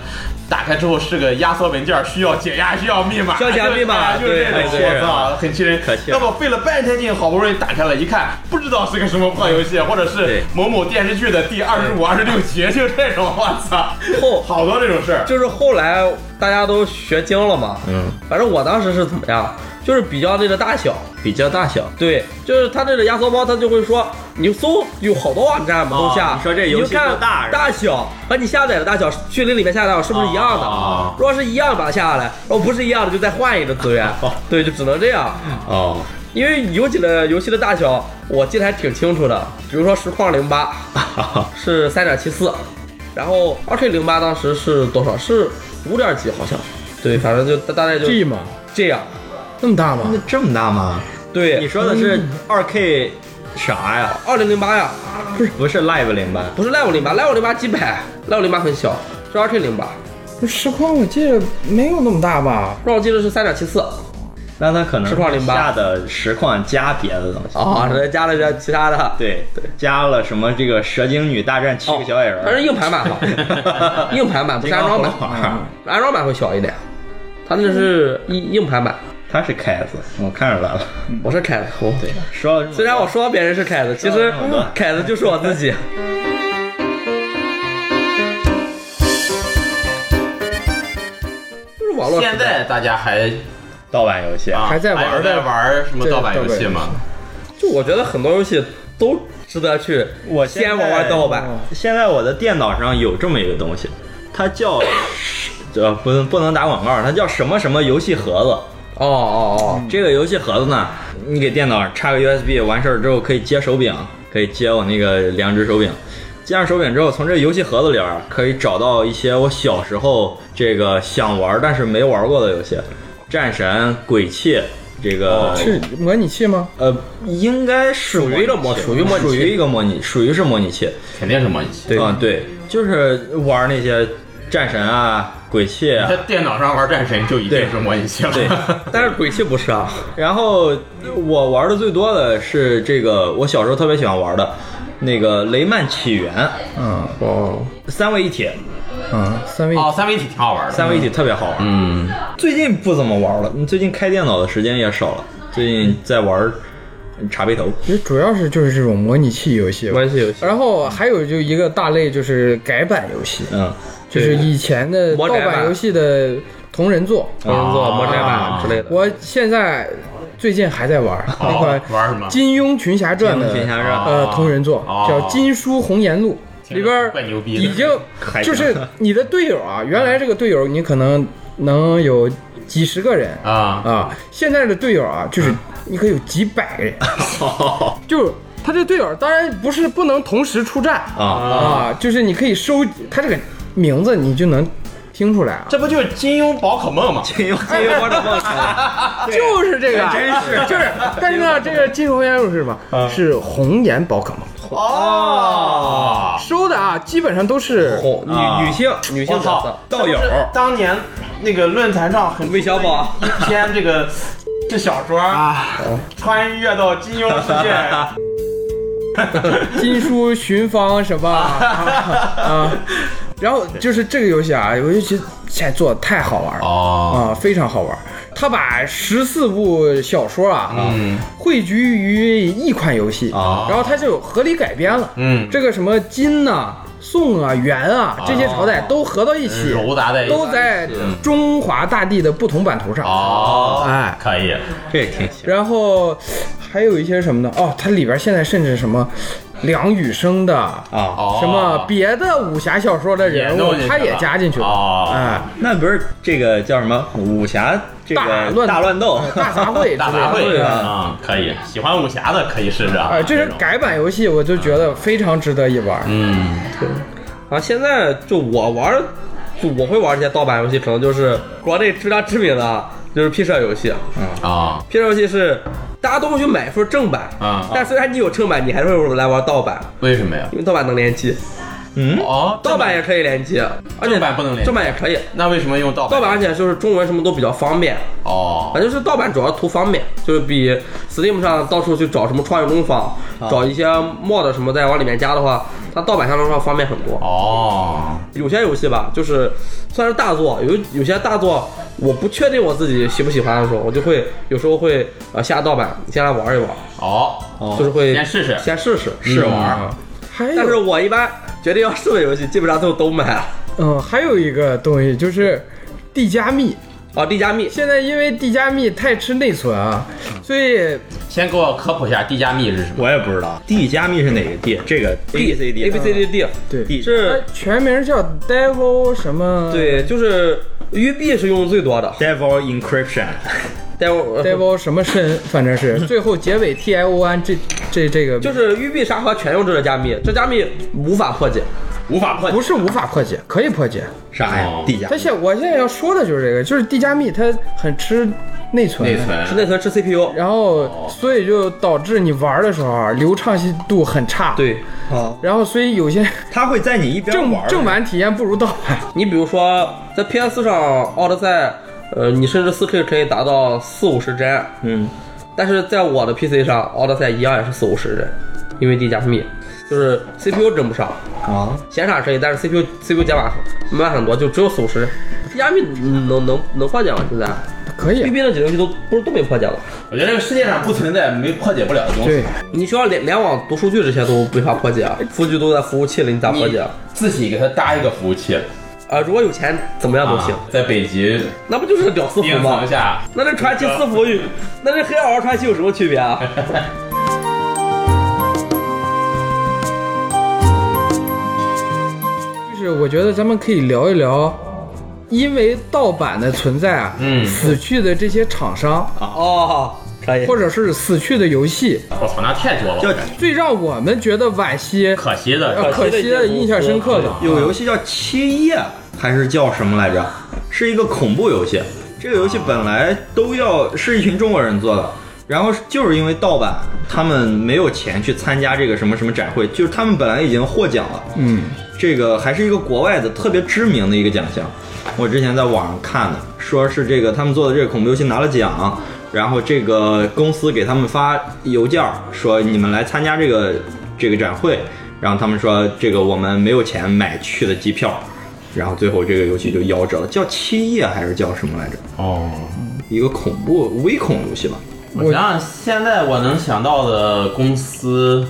Speaker 1: 打开之后是个压缩文件，需要解压，需要密码，
Speaker 2: 需要解压密码
Speaker 1: 就是就是这种，
Speaker 4: 对很气人
Speaker 1: 我操，很气人。
Speaker 4: 可气了
Speaker 1: 要么费了半天劲，好不容易打开了，一看不知道是个什么破游戏，或者是
Speaker 4: 对
Speaker 1: 某某电视剧的第二十五、二十六集，就这种，我 操，
Speaker 2: 后
Speaker 1: 好多这种事儿。
Speaker 2: 就是后来大家都学精了嘛，
Speaker 4: 嗯，
Speaker 2: 反正我当时是怎么样，就是比较那个大小，
Speaker 4: 比较大小。
Speaker 2: 对，就是它这个压缩包，它就会说，你搜有好多网站嘛
Speaker 4: 哦
Speaker 2: 都下，
Speaker 4: 你说这游戏
Speaker 2: 你就看
Speaker 4: 多大是吧
Speaker 2: 大小和你下载的大小，距离里面下载的大小是不是一样的？
Speaker 4: 啊
Speaker 1: 哦
Speaker 2: 如果是一样，把它下下来；如果不是一样的，就再换一个资源。对，就只能这样，
Speaker 4: 哦，
Speaker 2: 因为有几个游戏的大小，我记得还挺清楚的，比如说实况零 八是三点七四，然后二 K 零八当时是多少？是五点几好像。对，反正就大大概就
Speaker 3: G 嘛，
Speaker 2: 这样。
Speaker 3: 那么大吗
Speaker 4: 那？这么大吗？你
Speaker 2: 对，
Speaker 4: 说的
Speaker 2: 嗯
Speaker 4: 是二 K 啥呀？
Speaker 2: 二零零八呀，
Speaker 4: 不是 Live 零吧？
Speaker 2: 不是 Live 零八，Live 零八几百，Live 零八很小，是二 K 零八，
Speaker 3: 实况我记得没有那么大吧？
Speaker 2: 让我记得是三点七四
Speaker 4: 哦那它可能
Speaker 2: 实况零八
Speaker 4: 下的实况加别的东西。
Speaker 2: 啊，再加了点其他的，
Speaker 4: 对对，加了什么这个蛇精女大战七
Speaker 2: 哦，
Speaker 4: 个小矮人儿，
Speaker 2: 反正硬盘版 好，硬盘版不是安装版，嗯
Speaker 4: 版，
Speaker 2: 安装版会小一点，它那是硬硬盘版，
Speaker 4: 他是凯子，我看出来了。
Speaker 2: 我是凯子，我对，
Speaker 4: 说了这么多
Speaker 2: 嗯 虽然我说别人是凯子，其实
Speaker 4: 嗯好的
Speaker 2: 凯子就是我自己。 就是网络时代
Speaker 1: 现在大家还
Speaker 4: 盗版游戏
Speaker 1: 啊
Speaker 3: 还在玩
Speaker 1: 还有在玩什么盗版游戏吗？
Speaker 2: 就我觉得很多游戏都值得去
Speaker 4: 我现在嗯
Speaker 2: 先玩玩盗版。
Speaker 4: 现在我的电脑上有这么一个东西，它叫呃不能不能打广告，它叫什么什么游戏盒子。
Speaker 2: 哦哦哦，
Speaker 4: 这个游戏盒子呢，你给电脑插个 USB，完事儿之后可以接手柄，可以接我那个两只手柄。接上手柄之后，从这游戏盒子里边儿可以找到一些我小时候这个想玩但是没玩过的游戏，战神、鬼泣，这个、
Speaker 3: 是模拟器吗？
Speaker 4: 呃应该是
Speaker 2: 属于一个模
Speaker 4: 器
Speaker 2: 属于模拟器
Speaker 4: 属于一个模拟，属于是模拟器。
Speaker 1: 肯定是模拟器。
Speaker 2: 对
Speaker 4: 啊，对，就是玩那些战神啊、鬼泣啊
Speaker 1: 在。电脑上玩战神就已经是模拟器了。
Speaker 4: 对，
Speaker 2: 但是鬼泣不是啊，
Speaker 4: 然后我玩的最多的是这个，我小时候特别喜欢玩的，那个雷曼起源，
Speaker 3: 嗯
Speaker 2: 哦，
Speaker 4: 三位一体，
Speaker 3: 嗯，三位
Speaker 1: 哦，三位一体挺好玩的。
Speaker 4: 三位一体特别好玩。
Speaker 1: 嗯，
Speaker 4: 最近不怎么玩了，最近开电脑的时间也少了，最近在玩茶杯头。
Speaker 3: 其实主要是就是这种模拟器游戏吧，
Speaker 2: 关系游
Speaker 4: 啊
Speaker 2: 戏，
Speaker 3: 然后还有就一个大类就是改版游戏，
Speaker 4: 嗯，
Speaker 3: 就是以前的
Speaker 2: 魔
Speaker 3: 盗
Speaker 2: 改版哦
Speaker 3: 版游戏的同人作。
Speaker 2: 工作魔改
Speaker 1: 啊
Speaker 2: 版之类的。
Speaker 3: 我现在最近还在玩儿那
Speaker 1: 哦
Speaker 3: 款
Speaker 1: 玩什么
Speaker 3: 《金庸群侠传》
Speaker 4: 金庸群侠
Speaker 3: 的
Speaker 4: 传
Speaker 3: 呃
Speaker 1: 哦
Speaker 3: 同人作，
Speaker 1: 哦
Speaker 3: 叫《金书红颜录》，
Speaker 1: 听着
Speaker 3: 里边儿
Speaker 1: 怪牛逼的
Speaker 3: 已 经
Speaker 4: 还
Speaker 3: 就是你的队友啊，原来这个队友你可能能有几十个人
Speaker 1: 啊嗯
Speaker 3: 啊，现在的队友啊，就是你可以有几百个人，就是他这队友当然不是不能同时出战
Speaker 4: 啊，
Speaker 3: 啊，就是你可以收他这个名字，你就能听出来啊，
Speaker 1: 这不就是金庸宝可梦吗？
Speaker 4: 金庸金庸王者梦
Speaker 3: 就是这个，
Speaker 4: 真是
Speaker 3: 哎就是。 但是呢，这个金红颜是什么？
Speaker 1: 嗯
Speaker 3: 是红颜宝可梦
Speaker 1: 哦，
Speaker 3: 收的啊，基本上都是
Speaker 2: 红
Speaker 4: 啊
Speaker 2: 女女性女性
Speaker 1: 我
Speaker 2: 角
Speaker 1: 操
Speaker 2: 色，，
Speaker 4: 道友
Speaker 1: 这不是当年那个论坛上很
Speaker 2: 韦小宝
Speaker 1: 一篇这个这小说啊，穿越到金庸世界，
Speaker 3: 金书寻 芳什么啊啊。然后就是这个游戏啊，我就觉得现在做的太好玩了
Speaker 1: 哦
Speaker 3: 啊，非常好玩。他把十四部小说啊
Speaker 1: 嗯哦
Speaker 3: 汇聚于一款游戏，
Speaker 4: 啊
Speaker 3: 然后它就合理改编了。
Speaker 1: 嗯哦
Speaker 3: 这个什么金呐、宋啊、元啊这些朝代都合到一起，
Speaker 1: 揉杂在一起
Speaker 3: 都在中华大地的不同版图上。
Speaker 1: 哦
Speaker 3: 哎，
Speaker 1: 可以，
Speaker 4: 这也挺行。
Speaker 3: 然后还有一些什么呢？哦，它里边现在甚至什么梁羽生的
Speaker 4: 啊，
Speaker 1: 哦
Speaker 3: 什么别的武侠小说的人物
Speaker 1: 弄进去，了
Speaker 3: 他也加进去了
Speaker 1: 哦，
Speaker 3: 哎，
Speaker 4: 那不是这个叫什么武侠这
Speaker 3: 大
Speaker 4: 个
Speaker 3: 乱
Speaker 4: 大乱斗，
Speaker 3: 大杂烩之类的，
Speaker 1: 大杂
Speaker 4: 对
Speaker 1: 烩
Speaker 4: 啊
Speaker 1: 啊，可以，喜欢武侠的可以试试啊
Speaker 3: 哎，这是
Speaker 1: 种
Speaker 3: 改版游戏，我就觉得非常值得一玩。
Speaker 1: 嗯
Speaker 2: 啊，现在就我玩儿，就我会玩这些盗版游戏，可能就是国内非常知名的啊，就是 P 社游戏啊。
Speaker 1: 啊
Speaker 2: P 社游戏是大家都会去买份正版
Speaker 1: 啊
Speaker 2: 但虽然你有正版，你还是会来玩盗版，
Speaker 1: 为什么呀？
Speaker 2: 因为盗版能联机，
Speaker 4: 嗯，
Speaker 1: 哦，
Speaker 2: 盗版也可以联机，而且
Speaker 1: 正版不能联机
Speaker 2: 正版也可以。
Speaker 1: 那为什么用盗
Speaker 2: 盗
Speaker 1: 版？
Speaker 2: 版而且就是中文什么都比较方便，
Speaker 1: 哦
Speaker 2: 反正是盗版主要图方便，就是比 Steam 上到处去找什么创业工坊，找一些 mod 什么再往里面加的话，它盗版相对来说方便很多。
Speaker 1: 哦
Speaker 2: 有些游戏吧，就是算是大作，有有些大作我不确定我自己喜不喜欢的时候，我就会有时候会呃下盗版，先来玩一玩，
Speaker 1: 哦，
Speaker 2: 就是会
Speaker 1: 先试试
Speaker 2: 先试试
Speaker 4: 试玩
Speaker 2: 嗯
Speaker 3: 还
Speaker 2: 但是
Speaker 3: 有，
Speaker 2: 我一般决定要试的游戏，基本上都都买了。
Speaker 3: 嗯，还有一个东西就是地加密。
Speaker 2: 啊，地加密
Speaker 3: 现在因为地加密太吃内存啊，所以
Speaker 1: 先给我科普一下地加密是什么？
Speaker 4: 我也不知道 D 加密是哪个 D，这个 A B C D 嗯
Speaker 2: A B C D D
Speaker 3: 对
Speaker 4: D
Speaker 2: 是，
Speaker 3: 全名叫 Devil 什么？
Speaker 2: 对，就是育碧是用的最多的。
Speaker 4: Devil Encryption，
Speaker 2: 待会
Speaker 4: 呃
Speaker 2: 儿
Speaker 3: ，Devil 什么身，反正是最后结尾 T I O N 这这这个
Speaker 2: 就是育碧沙盒全用这个加密，这加密无法破解。
Speaker 1: 无法破解
Speaker 3: 不是无法破解，可以破解。
Speaker 4: 啥呀
Speaker 1: 哦
Speaker 4: ？D 加
Speaker 3: 它现我现在要说的就是这个，就是地加密它很吃内存，
Speaker 1: 内，存
Speaker 2: 是内存吃 CPU，
Speaker 3: 然后所以就导致你玩的时候啊流畅性度很差。，
Speaker 2: 对
Speaker 4: 啊，
Speaker 3: 然后所以有些
Speaker 4: 他会在你一边
Speaker 3: 正
Speaker 4: 玩儿
Speaker 3: 正版体验不如盗版。
Speaker 2: 你比如说在 PS 上《奥德赛》，呃，你甚至 4K 可以达到四五十帧，
Speaker 4: 嗯，
Speaker 2: 但是在我的 PC 上，《奥德赛》一样也是四五十帧，因为地加密，就是 CPU 跟不上，
Speaker 4: 啊，
Speaker 2: 显卡可以，但是 CPU CPU 解码慢很多，就只有四五十帧。地加密能能能破解吗？现在
Speaker 3: 可以啊
Speaker 2: 育，碧那几个游戏都不是都没破解了，
Speaker 1: 我觉得这个世界上不存在没破解不了的东西。
Speaker 3: 对，
Speaker 2: 你需要联联网读数据这些都没法破解，啊，数据都在服务器里，你咋破
Speaker 1: 哎你
Speaker 2: 解？啊、
Speaker 1: 自己给它搭一个服务器
Speaker 2: 呃，如果有钱怎么样都行，
Speaker 1: 啊在北极
Speaker 2: 那不就是屌丝服
Speaker 1: 冰
Speaker 2: 吗
Speaker 1: 层？下，
Speaker 2: 那这传奇四服与那这黑曜传奇有什么区别啊？
Speaker 3: 就是我觉得咱们可以聊一聊，因为盗版的存在啊，
Speaker 1: 嗯
Speaker 3: 死去的这些厂商，
Speaker 2: 哦，可以。
Speaker 3: 或者是死去的游戏，
Speaker 1: 我哦操，那太多了，
Speaker 4: 叫
Speaker 3: 最让我们觉得惋惜、
Speaker 1: 可惜
Speaker 3: 呃
Speaker 1: 的。
Speaker 3: 可惜的、印象深刻的，
Speaker 4: 有游戏叫《七夜》，还是叫什么来着？是一个恐怖游戏。这个游戏本来都要是一群中国人做的，然后就是因为盗版，他们没有钱去参加这个什么什么展会，就是他们本来已经获奖了，
Speaker 3: 嗯，
Speaker 4: 这个还是一个国外的特别知名的一个奖项。我之前在网上看的，说是这个他们做的这个恐怖游戏拿了奖，然后这个公司给他们发邮件儿说你们来参加这个这个展会，然后他们说这个我们没有钱买去的机票，然后最后这个游戏就夭折了，叫七夜还是叫什么来着？
Speaker 1: 哦，
Speaker 4: 一个恐怖微恐游戏吧。
Speaker 1: 我想想，现在我能想到的公司，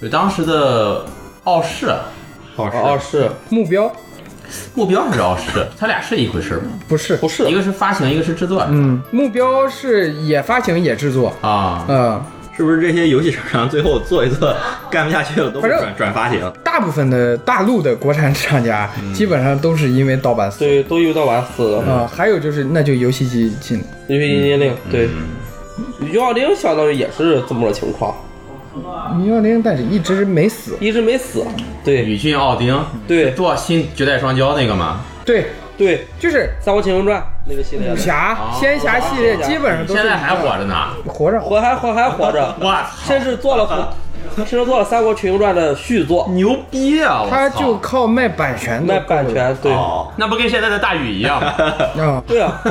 Speaker 1: 有当时的傲视，
Speaker 4: 哦，是
Speaker 2: 哦，是
Speaker 3: 目标
Speaker 1: 目标是傲 视，它俩是一回事吗？
Speaker 3: 不是，
Speaker 2: 不是
Speaker 1: 一个是发行，一个是制作。
Speaker 3: 嗯，目标是也发行也制作，
Speaker 1: 啊，
Speaker 3: 嗯，
Speaker 4: 是不是这些游戏厂商最后做一做干不下去了，都会
Speaker 3: 反正
Speaker 4: 转转发行？
Speaker 3: 大部分的大陆的国产厂家基本上都是因为盗版死，
Speaker 2: 对，都用到完死的。
Speaker 3: 啊，还有就是那就游戏机进，
Speaker 2: 因为一
Speaker 1: 嗯
Speaker 2: 零对，幺二零相当于也是这么个情况，
Speaker 3: 幺啊零但是一直没死，
Speaker 2: 一直没死。对
Speaker 1: 宇峻奥丁，
Speaker 2: 对
Speaker 1: 做新绝代双骄那个嘛。
Speaker 3: 对，
Speaker 2: 对，
Speaker 3: 就是
Speaker 2: 《三国群英传》那个系列
Speaker 3: 武
Speaker 2: 的，
Speaker 3: 侠、
Speaker 1: 哦
Speaker 3: 仙侠系列基本上哎都
Speaker 1: 现
Speaker 3: 是
Speaker 1: 在还火着呢，
Speaker 3: 活着，
Speaker 2: 活还活还活着，
Speaker 1: 我操
Speaker 2: 甚，至做了，甚至做了《三国群英传》的续作，
Speaker 1: 牛逼啊！我操
Speaker 3: 他就靠卖版权的
Speaker 2: 卖版权，对
Speaker 4: 哦，
Speaker 1: 那不跟现在的大宇一样吗？
Speaker 3: 啊。
Speaker 2: 对啊，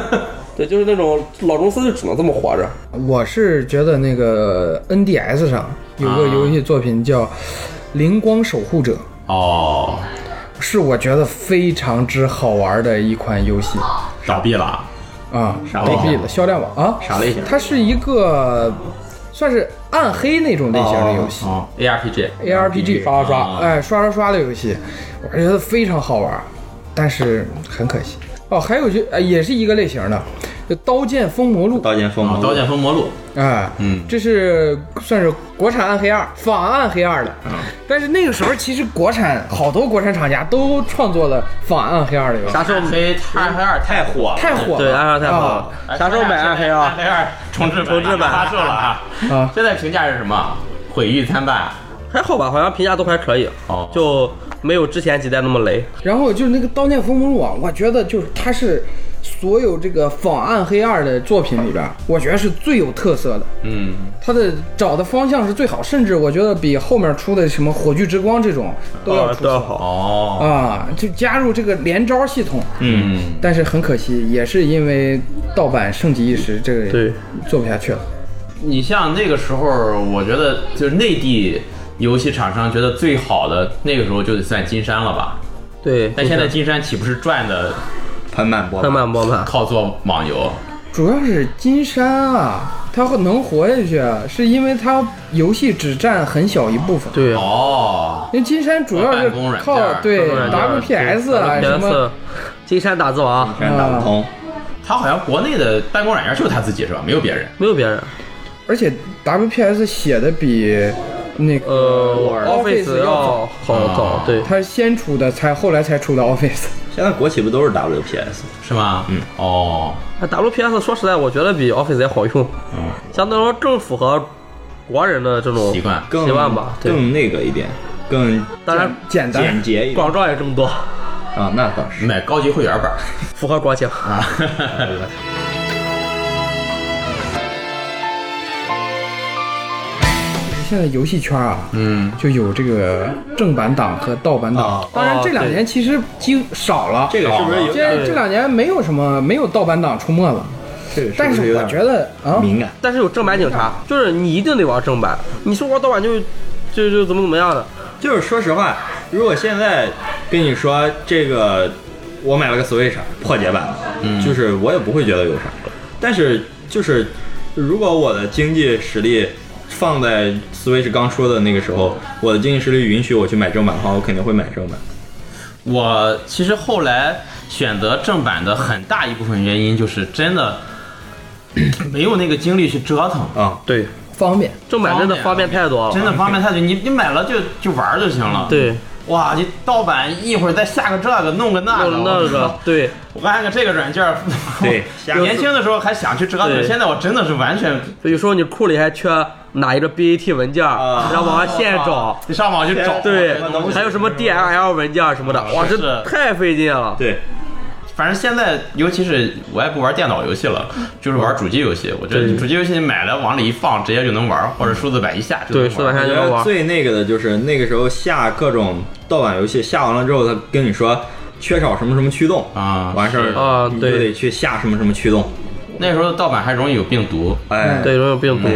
Speaker 2: 对，就是那种老公司就只能这么活着。
Speaker 3: 我是觉得那个 NDS 上有个游戏作品叫《灵光守护者》，
Speaker 1: 哦，
Speaker 3: 是我觉得非常之好玩的一款游戏
Speaker 1: 倒闭了啊。
Speaker 3: 啊，
Speaker 4: 啥类
Speaker 3: 倒
Speaker 4: 型
Speaker 3: 闭了，销量网啊，
Speaker 4: 啥类型
Speaker 3: 它是一个算是暗黑那种类型的游戏
Speaker 1: 哦，ARPG，
Speaker 3: ，ARPG，
Speaker 2: 刷刷刷
Speaker 1: 啊
Speaker 3: 哎，刷刷刷的游戏，我觉得非常好玩，但是很可惜哦。还有就呃也是一个类型的，就《刀剑封魔录》
Speaker 4: 刀剑锋
Speaker 1: 啊
Speaker 4: 芒，
Speaker 1: 刀剑封魔录，
Speaker 3: 哎，
Speaker 1: 嗯
Speaker 3: 这是算是国产暗黑二仿暗黑二的，
Speaker 1: 啊
Speaker 3: 但是那个时候其实国产好多国产厂家都创作了仿暗黑二的游戏，
Speaker 2: 啥时候
Speaker 1: 暗黑暗黑二
Speaker 4: 太火了，
Speaker 3: 太火了，
Speaker 2: 对暗黑二太火了
Speaker 1: 哎
Speaker 2: 哦啥时候买暗黑啊
Speaker 1: 暗黑二重置版
Speaker 2: 重置版
Speaker 1: 发售了啊！
Speaker 3: 啊
Speaker 1: 现在评价是什么？毁誉参半。
Speaker 2: 还好吧？好像评价都还可以，
Speaker 1: 哦
Speaker 2: 就没有之前几代那么雷。
Speaker 3: 然后就是那个《刀剑封魔录》啊，我觉得就是它是所有这个仿暗黑二的作品里边，我觉得是最有特色的，
Speaker 1: 嗯，
Speaker 3: 它的找的方向是最好，甚至我觉得比后面出的什么《火炬之光》这种都要
Speaker 2: 啊
Speaker 3: 出
Speaker 2: 都
Speaker 3: 色
Speaker 2: 要好。
Speaker 1: 哦，
Speaker 3: 啊，就加入这个连招系统，
Speaker 1: 嗯，
Speaker 3: 但是很可惜，也是因为盗版盛极一时，这个
Speaker 2: 对
Speaker 3: 做不下去了。
Speaker 1: 你像那个时候，我觉得就是内地游戏厂商觉得最好的那个时候就得算金山了吧？
Speaker 2: 对，
Speaker 1: 但现在金山岂不是赚的
Speaker 4: 盆满钵
Speaker 2: 慢
Speaker 4: 满。
Speaker 2: 慢慢慢，
Speaker 1: 靠做网游？
Speaker 3: 主要是金山啊，它能活下去，啊是因为它游戏只占很小一部分。，
Speaker 2: 对，
Speaker 1: 哦，
Speaker 3: 因为金山主要是
Speaker 1: 办公软件
Speaker 3: 靠对
Speaker 2: 各种软件
Speaker 3: WPS 啊
Speaker 2: 对
Speaker 3: 什么
Speaker 2: WPS，金山打字王啊
Speaker 4: 全打不通，
Speaker 1: 他好像国内的办公软件就他自己是吧？没有别人。
Speaker 2: 没有别人。
Speaker 3: 而且 WPS 写的比那个、
Speaker 2: 呃
Speaker 3: Office
Speaker 2: ，Office 要好
Speaker 1: 啊
Speaker 2: 搞，对，
Speaker 3: 它先出的才，后来才出的 Office。
Speaker 4: 现在国企不都是 WPS？
Speaker 1: 是吗？嗯，哦，
Speaker 2: WPS 说实在，我觉得比 Office 也好用，相对来说更符合国人的这种
Speaker 1: 习惯
Speaker 4: 更
Speaker 2: 习惯吧。对，
Speaker 4: 更那个一点，更
Speaker 2: 当然
Speaker 3: 简单
Speaker 4: 简洁一点
Speaker 2: 广告也这么多，
Speaker 4: 啊，那倒是。
Speaker 1: 买高级会员本儿
Speaker 2: 符合国情。
Speaker 1: 啊。
Speaker 3: 现在游戏圈啊，
Speaker 1: 嗯，
Speaker 3: 就有这个正版党和盗版党。
Speaker 4: 啊
Speaker 3: 当然这两
Speaker 2: 对
Speaker 3: 年其实几少了，
Speaker 4: 这个是不是有点？
Speaker 3: 这这两年没有什么没有盗版党出没了，
Speaker 4: 这个
Speaker 3: 但
Speaker 4: 是不
Speaker 3: 是
Speaker 4: 有
Speaker 3: 我
Speaker 4: 点
Speaker 3: 觉得啊，
Speaker 4: 敏感。
Speaker 2: 但是有正版警察，就是你一定得玩正版，你说玩盗版就就就怎么怎么样的。
Speaker 4: 就是说实话，如果现在跟你说这个，我买了个 Switch 破解版，嗯，就是我也不会觉得有啥。但是就是如果我的经济实力放在 Switch 刚出的那个时候，我的经济实力允许我去买正版的话，我肯定会买正版。
Speaker 1: 我其实后来选择正版的很大一部分原因就是真的没有那个精力去折腾，
Speaker 4: 啊，
Speaker 2: 对，
Speaker 3: 方便。
Speaker 2: 正版真的方便太多了。
Speaker 1: 真的方便太多。你你买了就就玩儿就行了。，
Speaker 2: 对，
Speaker 1: 哇，你盗版一会儿再下个这个，弄个那
Speaker 2: 那
Speaker 1: 个，
Speaker 2: 个那个，对，
Speaker 1: 我按个这个软件儿。
Speaker 4: 对下个
Speaker 1: 年轻的时候还想去折腾，
Speaker 2: 对
Speaker 1: 现在我真的是完全
Speaker 2: 有时候你库里还缺哪一个 BAT 文件，
Speaker 4: 啊
Speaker 2: 然后往上现找。
Speaker 1: 你上网去找。
Speaker 2: 对
Speaker 4: 什么东，西
Speaker 2: 还有什么 DLL 文件什么的，哇，
Speaker 1: 是
Speaker 2: 这太费劲了。
Speaker 4: 对，
Speaker 1: 反正现在，尤其是我也不玩电脑游戏了，就是玩主机游戏。我觉得
Speaker 2: 对嗯
Speaker 1: 主机游戏买来往里一放，直接就能玩，或者数字版一下就能玩。
Speaker 2: 对，是的，
Speaker 4: 我
Speaker 2: 还
Speaker 4: 觉
Speaker 2: 能
Speaker 4: 得
Speaker 2: 玩。
Speaker 4: 最那个的就是那个时候下各种盗版游戏，下完了之后，他跟你说缺少什么什么驱动
Speaker 1: 啊
Speaker 4: 完事
Speaker 1: 是
Speaker 4: 儿
Speaker 2: 啊
Speaker 4: 你就
Speaker 2: 对
Speaker 4: 得去下什么什么驱动。
Speaker 1: 那时候盗版还容易有病毒，
Speaker 4: 哎，
Speaker 2: 对，容易有病毒，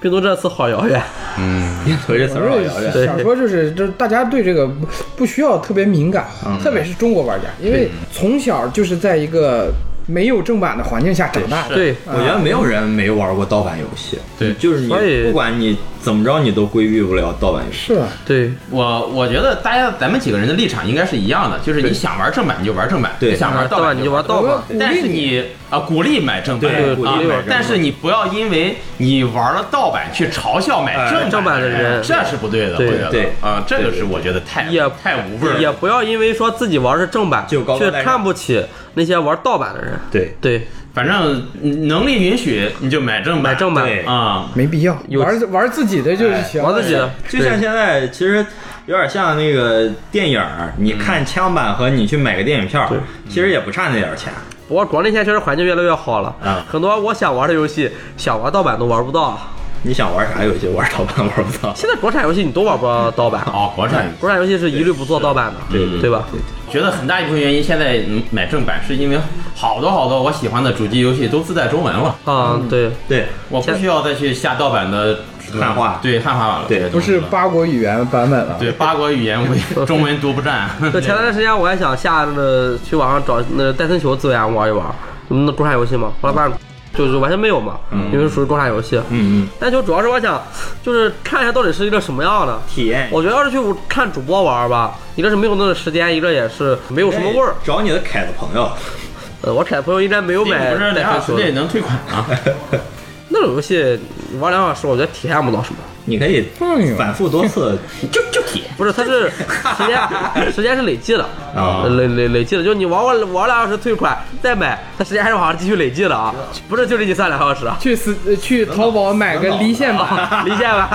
Speaker 2: 病毒这词好遥远。
Speaker 1: 嗯，
Speaker 4: 病毒这词儿好遥
Speaker 3: 我
Speaker 4: 远。
Speaker 3: 就想说，就是就是大家对这个不不需要特别敏感，啊特别是中国玩家，因为从小就是在一个没有正版的环境下长大的。
Speaker 2: 对，
Speaker 4: 我觉得没有人没玩过盗版游戏，
Speaker 1: 对
Speaker 4: 就是你
Speaker 2: 所以
Speaker 4: 不管你怎么着，你都规避不了盗版游戏。
Speaker 3: 是啊，
Speaker 2: 对，
Speaker 1: 我我觉得大家咱们几个人的立场应该是一样的，就是你想玩正版你就玩正版，
Speaker 4: 对
Speaker 1: 你想玩
Speaker 2: 盗
Speaker 1: 盗版
Speaker 2: 版你就
Speaker 1: 玩
Speaker 2: 玩盗版。
Speaker 3: 版
Speaker 1: 但是你啊，鼓励买正版，
Speaker 4: 对
Speaker 2: 鼓
Speaker 1: 啊
Speaker 2: 励买正版
Speaker 1: 但是你不要因为你玩了盗版去嘲笑买正
Speaker 2: 哎正版的人
Speaker 1: 这是不对的。
Speaker 2: 对
Speaker 1: 我觉得
Speaker 4: 对
Speaker 1: 啊，这个是我觉得太
Speaker 2: 也
Speaker 1: 太无味儿
Speaker 2: 也
Speaker 1: 了。
Speaker 2: 不要因为说自己玩的是正版，
Speaker 4: 就高高
Speaker 2: 却
Speaker 4: 在上
Speaker 2: 看不起那些玩盗版的人。
Speaker 4: 对，
Speaker 2: 对，
Speaker 1: 反正嗯能力允许你就买正版，
Speaker 2: 买正版，
Speaker 4: 对
Speaker 1: 啊，
Speaker 3: 没必要，
Speaker 2: 有
Speaker 3: 玩玩自己的就是行。
Speaker 2: 玩自己的，
Speaker 4: 就像现在其实有点像那个电影儿，你
Speaker 1: 嗯
Speaker 4: 看枪版和你去买个电影票儿，其实也不差那点儿钱。
Speaker 2: 不过国内现在确实环境越来越好了，
Speaker 4: 嗯
Speaker 2: 很多我想玩的游戏，想玩盗版都玩不到。
Speaker 4: 你想玩啥游戏，玩盗版玩不到。
Speaker 2: 现在国产游戏你都玩不到盗版，啊
Speaker 1: 哦，国产
Speaker 2: 国产游戏是一律不做盗版的，
Speaker 4: 对对
Speaker 2: 对吧？
Speaker 1: 觉得很大一部分原因，现在嗯买正版是因为好多好多我喜欢的主机游戏都自带中文了，
Speaker 2: 啊，对，
Speaker 4: 对，
Speaker 1: 我不需要再去下盗版的什么
Speaker 4: 汉化
Speaker 1: 对汉化版了，
Speaker 4: 对
Speaker 1: 这些
Speaker 3: 不
Speaker 1: 东西
Speaker 3: 是
Speaker 1: 了
Speaker 3: 八国语言版本了。
Speaker 1: 对八国语言为中文独不占，
Speaker 2: 那 前段时间我还想下那去网上找那戴森球资源玩一玩，那国产游戏嘛，后来发现就是完全没有嘛，因为属于国产游戏。
Speaker 4: 嗯嗯，
Speaker 2: 但就主要是我想，就是看一下到底是一个什么样的。
Speaker 4: 体验
Speaker 2: 我觉得要是去看主播玩吧，一个是没有那个时间，一个也是没有什么味儿。
Speaker 4: 哎找你的凯子朋友，
Speaker 2: 呃，我凯朋友应该没有
Speaker 1: 不
Speaker 2: 买
Speaker 1: 是
Speaker 2: 戴
Speaker 1: 两小
Speaker 2: 森
Speaker 1: 时
Speaker 2: 球
Speaker 1: 内
Speaker 2: 的
Speaker 1: 能退款啊。
Speaker 2: 那种游戏，玩两小时我觉得体验不到什 么。
Speaker 4: 你可以
Speaker 3: 哎呦，
Speaker 4: 反复多次。
Speaker 1: 就就铁，
Speaker 2: 不是，它是时 间时间是累计的
Speaker 4: 啊
Speaker 2: 累累累计的，就是你玩玩玩两小时退款再买，它时间还是往上继续累计的啊，不是就这你算两小时啊
Speaker 3: 去死呃去淘宝买个离线版，
Speaker 2: 离线版，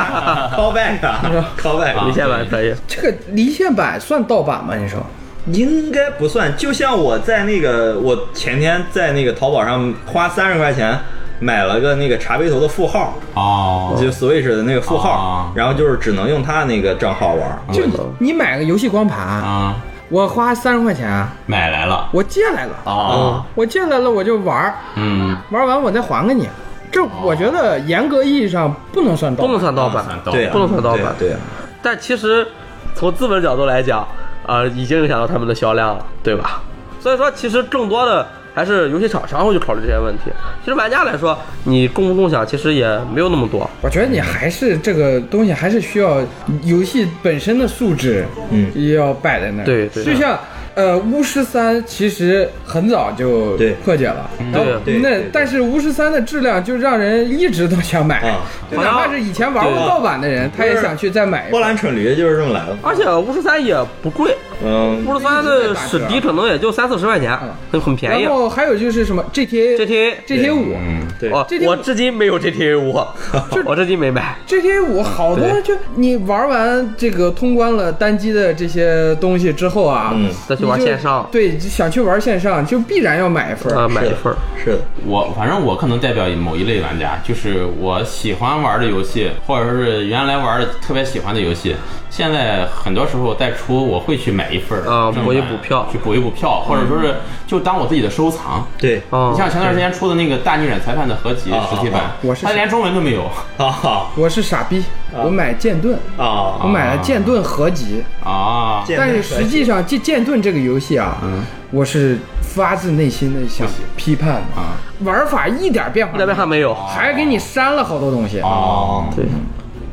Speaker 4: call back 啊，call back，
Speaker 2: 离线版可以，
Speaker 3: 这个离线版算盗版吗？你说？
Speaker 4: 啊应该不算。就像我在那个，我前天在那个淘宝上花三十块钱买了个那个茶杯头的副号，
Speaker 1: 哦
Speaker 4: 就 Switch 的那个副号
Speaker 3: 哦
Speaker 1: 啊，
Speaker 4: 然后就是只能用他那个账号玩。
Speaker 3: 就你你买个游戏光盘，
Speaker 1: 啊，
Speaker 3: 我花三十块钱，啊
Speaker 1: 买来了
Speaker 3: 我借来了，
Speaker 1: 哦，
Speaker 3: 我借来了我就玩儿，
Speaker 1: 嗯，
Speaker 3: 玩完我再还给你。这我觉得严格意义上不能算
Speaker 2: 不
Speaker 3: 盗版
Speaker 2: 能，算盗版，
Speaker 1: 算
Speaker 4: 对啊，
Speaker 2: 不能算盗版
Speaker 4: 对啊对啊，
Speaker 2: 但其实从资本角度来讲，啊，已经影响到他们的销量了，对吧？所以说，其实更多的还是游戏厂商会去考虑这些问题。其实玩家来说，你共不共享其实也没有那么多，
Speaker 3: 我觉得你还是这个东西还是需要游戏本身的素质，嗯，要摆在那儿。
Speaker 2: 对对
Speaker 3: 就像呃巫师三其实很早就
Speaker 4: 对
Speaker 3: 破解了，然后
Speaker 4: 对对
Speaker 3: 那
Speaker 4: 对
Speaker 3: 但是巫师三的质量就让人一直都想买
Speaker 4: 啊，
Speaker 3: 就哪怕是以前玩过
Speaker 2: 对
Speaker 3: 盗版的人，他也想去再买一
Speaker 4: 波
Speaker 3: 个。
Speaker 4: 兰蠢驴就是这么来的。
Speaker 2: 而且巫师三也不贵，
Speaker 4: 嗯，
Speaker 2: 巫师三的史迪可能也就三四十块钱，很很便宜
Speaker 3: 嗯然。后还有就是什么 GTA
Speaker 2: GTA
Speaker 3: GTA 五
Speaker 4: 对，
Speaker 2: 哦
Speaker 3: GTA
Speaker 2: 我至今没有 GTA 五， 我至今没买。
Speaker 3: GTA 五好多
Speaker 2: 对
Speaker 3: 就你玩完这个通关了单机的这些东西之后啊，
Speaker 4: 嗯
Speaker 2: 再去玩
Speaker 3: 你就
Speaker 2: 线上
Speaker 3: 对，就想去玩线上就必然要买一份
Speaker 2: 啊，
Speaker 3: 儿。
Speaker 2: 买一份儿。
Speaker 3: 哎
Speaker 4: 是的，
Speaker 1: 我反正我可能代表某一类玩家，就是我喜欢玩的游戏，或者是原来玩的特别喜欢的游戏，现在很多时候再出，我会去买一份儿
Speaker 2: 啊
Speaker 1: 正版
Speaker 2: 补一补票嗯
Speaker 1: 去补一补票，或者说是就当我自己的收藏。
Speaker 4: 对
Speaker 2: 啊
Speaker 1: 你像前段时间出的那个《大逆转裁判》的合集
Speaker 2: 哦
Speaker 4: 啊
Speaker 1: 实体版
Speaker 4: 啊啊，
Speaker 3: 我是
Speaker 1: 它连中文都没有
Speaker 4: 啊
Speaker 3: 我是傻逼，我买剑盾，我
Speaker 4: 啊，
Speaker 3: 买了剑盾合集，
Speaker 1: 啊。
Speaker 4: 剑
Speaker 3: 但是
Speaker 4: 盾
Speaker 3: 实际上这剑盾这个游戏啊，
Speaker 2: 嗯
Speaker 3: 我是发自内心的想批判的
Speaker 1: 啊，
Speaker 3: 玩法一点变化
Speaker 2: 那边还没有，
Speaker 3: 还给你删了好多东西。
Speaker 1: 哦，
Speaker 4: 啊，
Speaker 2: 对，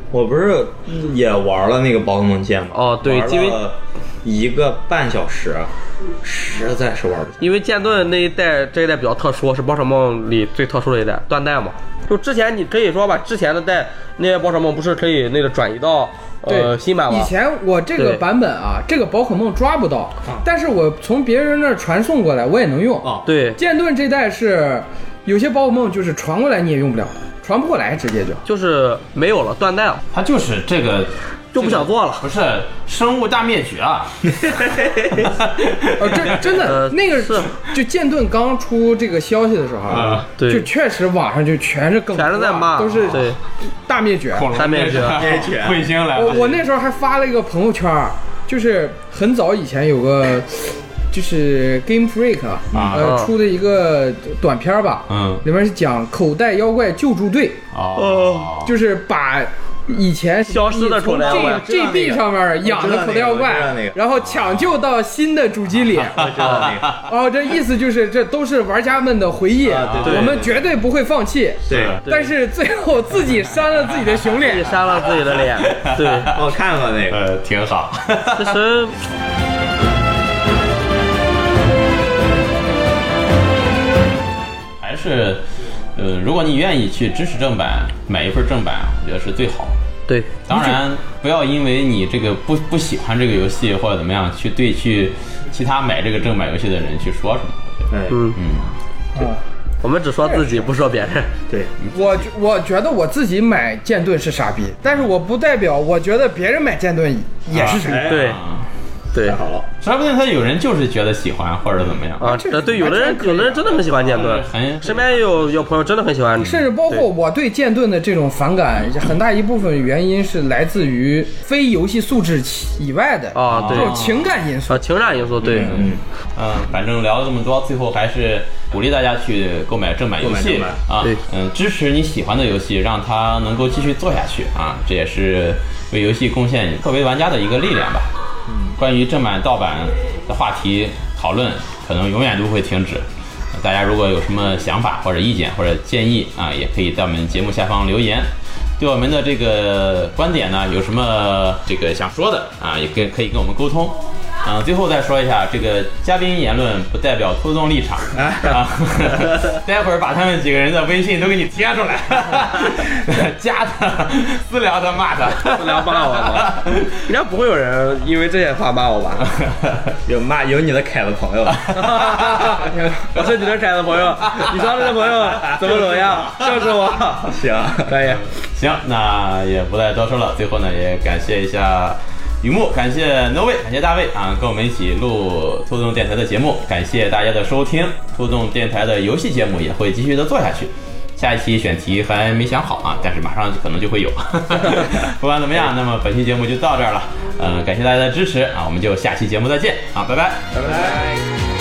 Speaker 4: 我不是也玩了那个宝可梦剑吗？
Speaker 2: 哦对
Speaker 4: 玩了
Speaker 2: 因为
Speaker 4: 一个半小时，实在是玩不 下。
Speaker 2: 因为剑盾那一代这一代比较特殊，是宝可梦里最特殊的一代，断代嘛。就之前你可以说吧，之前的代那些宝可梦不是可以那个转移到呃
Speaker 3: 对，
Speaker 2: 新版吗
Speaker 3: 以？前我这个
Speaker 2: 对
Speaker 3: 版本啊，这个宝可梦抓不到，但是我从别人那儿传送过来，我也能用。
Speaker 4: 啊
Speaker 2: 对，
Speaker 3: 剑盾这代是有些宝可梦就是传过来你也用不了，传不过来直接就。
Speaker 2: 就是没有了，断代了，
Speaker 1: 它就是这个
Speaker 2: 就不想做了。
Speaker 1: 不是生物大灭绝啊！
Speaker 3: 呃， 这真的
Speaker 2: 呃
Speaker 3: 那个
Speaker 2: 是
Speaker 3: 就剑盾刚出这个消息的时候
Speaker 1: 啊，
Speaker 2: 对
Speaker 3: 就确实网上就全是梗图啊，
Speaker 2: 全是在骂，
Speaker 3: 都是
Speaker 2: 对，
Speaker 3: 大灭绝。
Speaker 1: 恐龙
Speaker 2: 大灭绝
Speaker 4: 灭绝
Speaker 1: 彗
Speaker 4: 啊
Speaker 1: 星来
Speaker 3: 我
Speaker 1: 了，
Speaker 3: 我那时候还发了一个朋友圈儿，就是很早以前有个就是 Game Freak 啊
Speaker 1: 啊
Speaker 2: 哦
Speaker 3: 呃出的一个短片儿吧，
Speaker 1: 嗯
Speaker 3: 里面是讲口袋妖怪救助队，
Speaker 1: 哦，
Speaker 3: 就是把以前
Speaker 2: 消失的口袋妖怪
Speaker 3: 这这 B 上面养的口袋妖怪
Speaker 4: 我知道那个我知道那个，
Speaker 3: 然后抢救到新的主机里。
Speaker 4: 我知道那个，
Speaker 3: 哦，这意思就是这都是玩家们的回忆，
Speaker 4: 啊对对
Speaker 3: 我们
Speaker 4: 对
Speaker 3: 绝对不会放弃。
Speaker 4: 对，
Speaker 3: 但是最后自己扇了自己的熊
Speaker 2: 自己
Speaker 3: 脸，
Speaker 2: 扇了自己的脸。对，
Speaker 4: 我看过那个。
Speaker 1: 呃，挺好。
Speaker 2: 其实
Speaker 1: 还是，呃，如果你愿意去支持正版，买一份正版，我觉得是最好。
Speaker 2: 对，
Speaker 1: 当然，不要因为你这个不不喜欢这个游戏或者怎么样，去对去其他买这个正版游戏的人去说什么。我觉得
Speaker 4: 哎，
Speaker 2: 嗯，
Speaker 1: 嗯，
Speaker 3: 啊
Speaker 2: 我们只说自己，不说别人。
Speaker 4: 对，
Speaker 3: 我觉我觉得我自己买剑盾是傻逼，但是我不代表我觉得别人买剑盾也是傻逼。
Speaker 4: 哎
Speaker 2: 对
Speaker 1: 啊，
Speaker 2: 对
Speaker 4: 太好了，
Speaker 1: 说不定他有人就是觉得喜欢或者怎么样。
Speaker 2: 啊，
Speaker 3: 这
Speaker 2: 这对有的
Speaker 3: 完
Speaker 2: 人
Speaker 3: 全可以
Speaker 2: 有的人真的很喜欢剑盾
Speaker 1: 嗯很，
Speaker 2: 身边有有朋友真的很喜欢，
Speaker 3: 甚至包括我对剑盾的这种反感，很大一部分原因是来自于非游戏素质以外的
Speaker 2: 啊，对
Speaker 3: 这种情感因素
Speaker 2: 啊，。情感因素对，
Speaker 4: 嗯，
Speaker 1: 嗯，反正聊了这么多，最后还是鼓励大家去购买正版游戏
Speaker 4: 购买正版
Speaker 1: 啊
Speaker 2: 对，
Speaker 1: 嗯，支持你喜欢的游戏，让它能够继续做下去啊，这也是为游戏贡献作为玩家的一个力量吧。嗯，关于正版盗版的话题讨论，可能永远都不会停止。呃大家如果有什么想法或者意见或者建议啊，也可以在我们节目下方留言。对我们的这个观点呢，有什么这个想说的啊，也跟可以跟我们沟通。嗯，最后再说一下，这个嘉宾言论不代表拖动立场
Speaker 2: 哎
Speaker 1: 啊。 待会儿把他们几个人的微信都给你贴出 来，加他，私聊他，骂他，私
Speaker 2: 聊骂 我吗？
Speaker 1: 我。
Speaker 2: 应该不会有人因为这些话骂我吧？
Speaker 4: 有骂有你的凯的朋友，
Speaker 2: 我是你的凯的朋友，你上次的朋友怎么怎么样？就是我，
Speaker 4: 行，
Speaker 2: 可以，
Speaker 1: 行，那也不再多说了。最后呢，也感谢一下雨木，感谢 No Way，感谢大卫啊，跟我们一起录兔动电台的节目，感谢大家的收听。兔动电台的游戏节目也会继续的做下去。下一期选题还没想好啊，但是马上可能就会有。 不管怎么样，那么本期节呃目就到这儿了。嗯、感谢大家的支持啊，我们就下期节目再见啊，拜拜。
Speaker 4: 拜拜。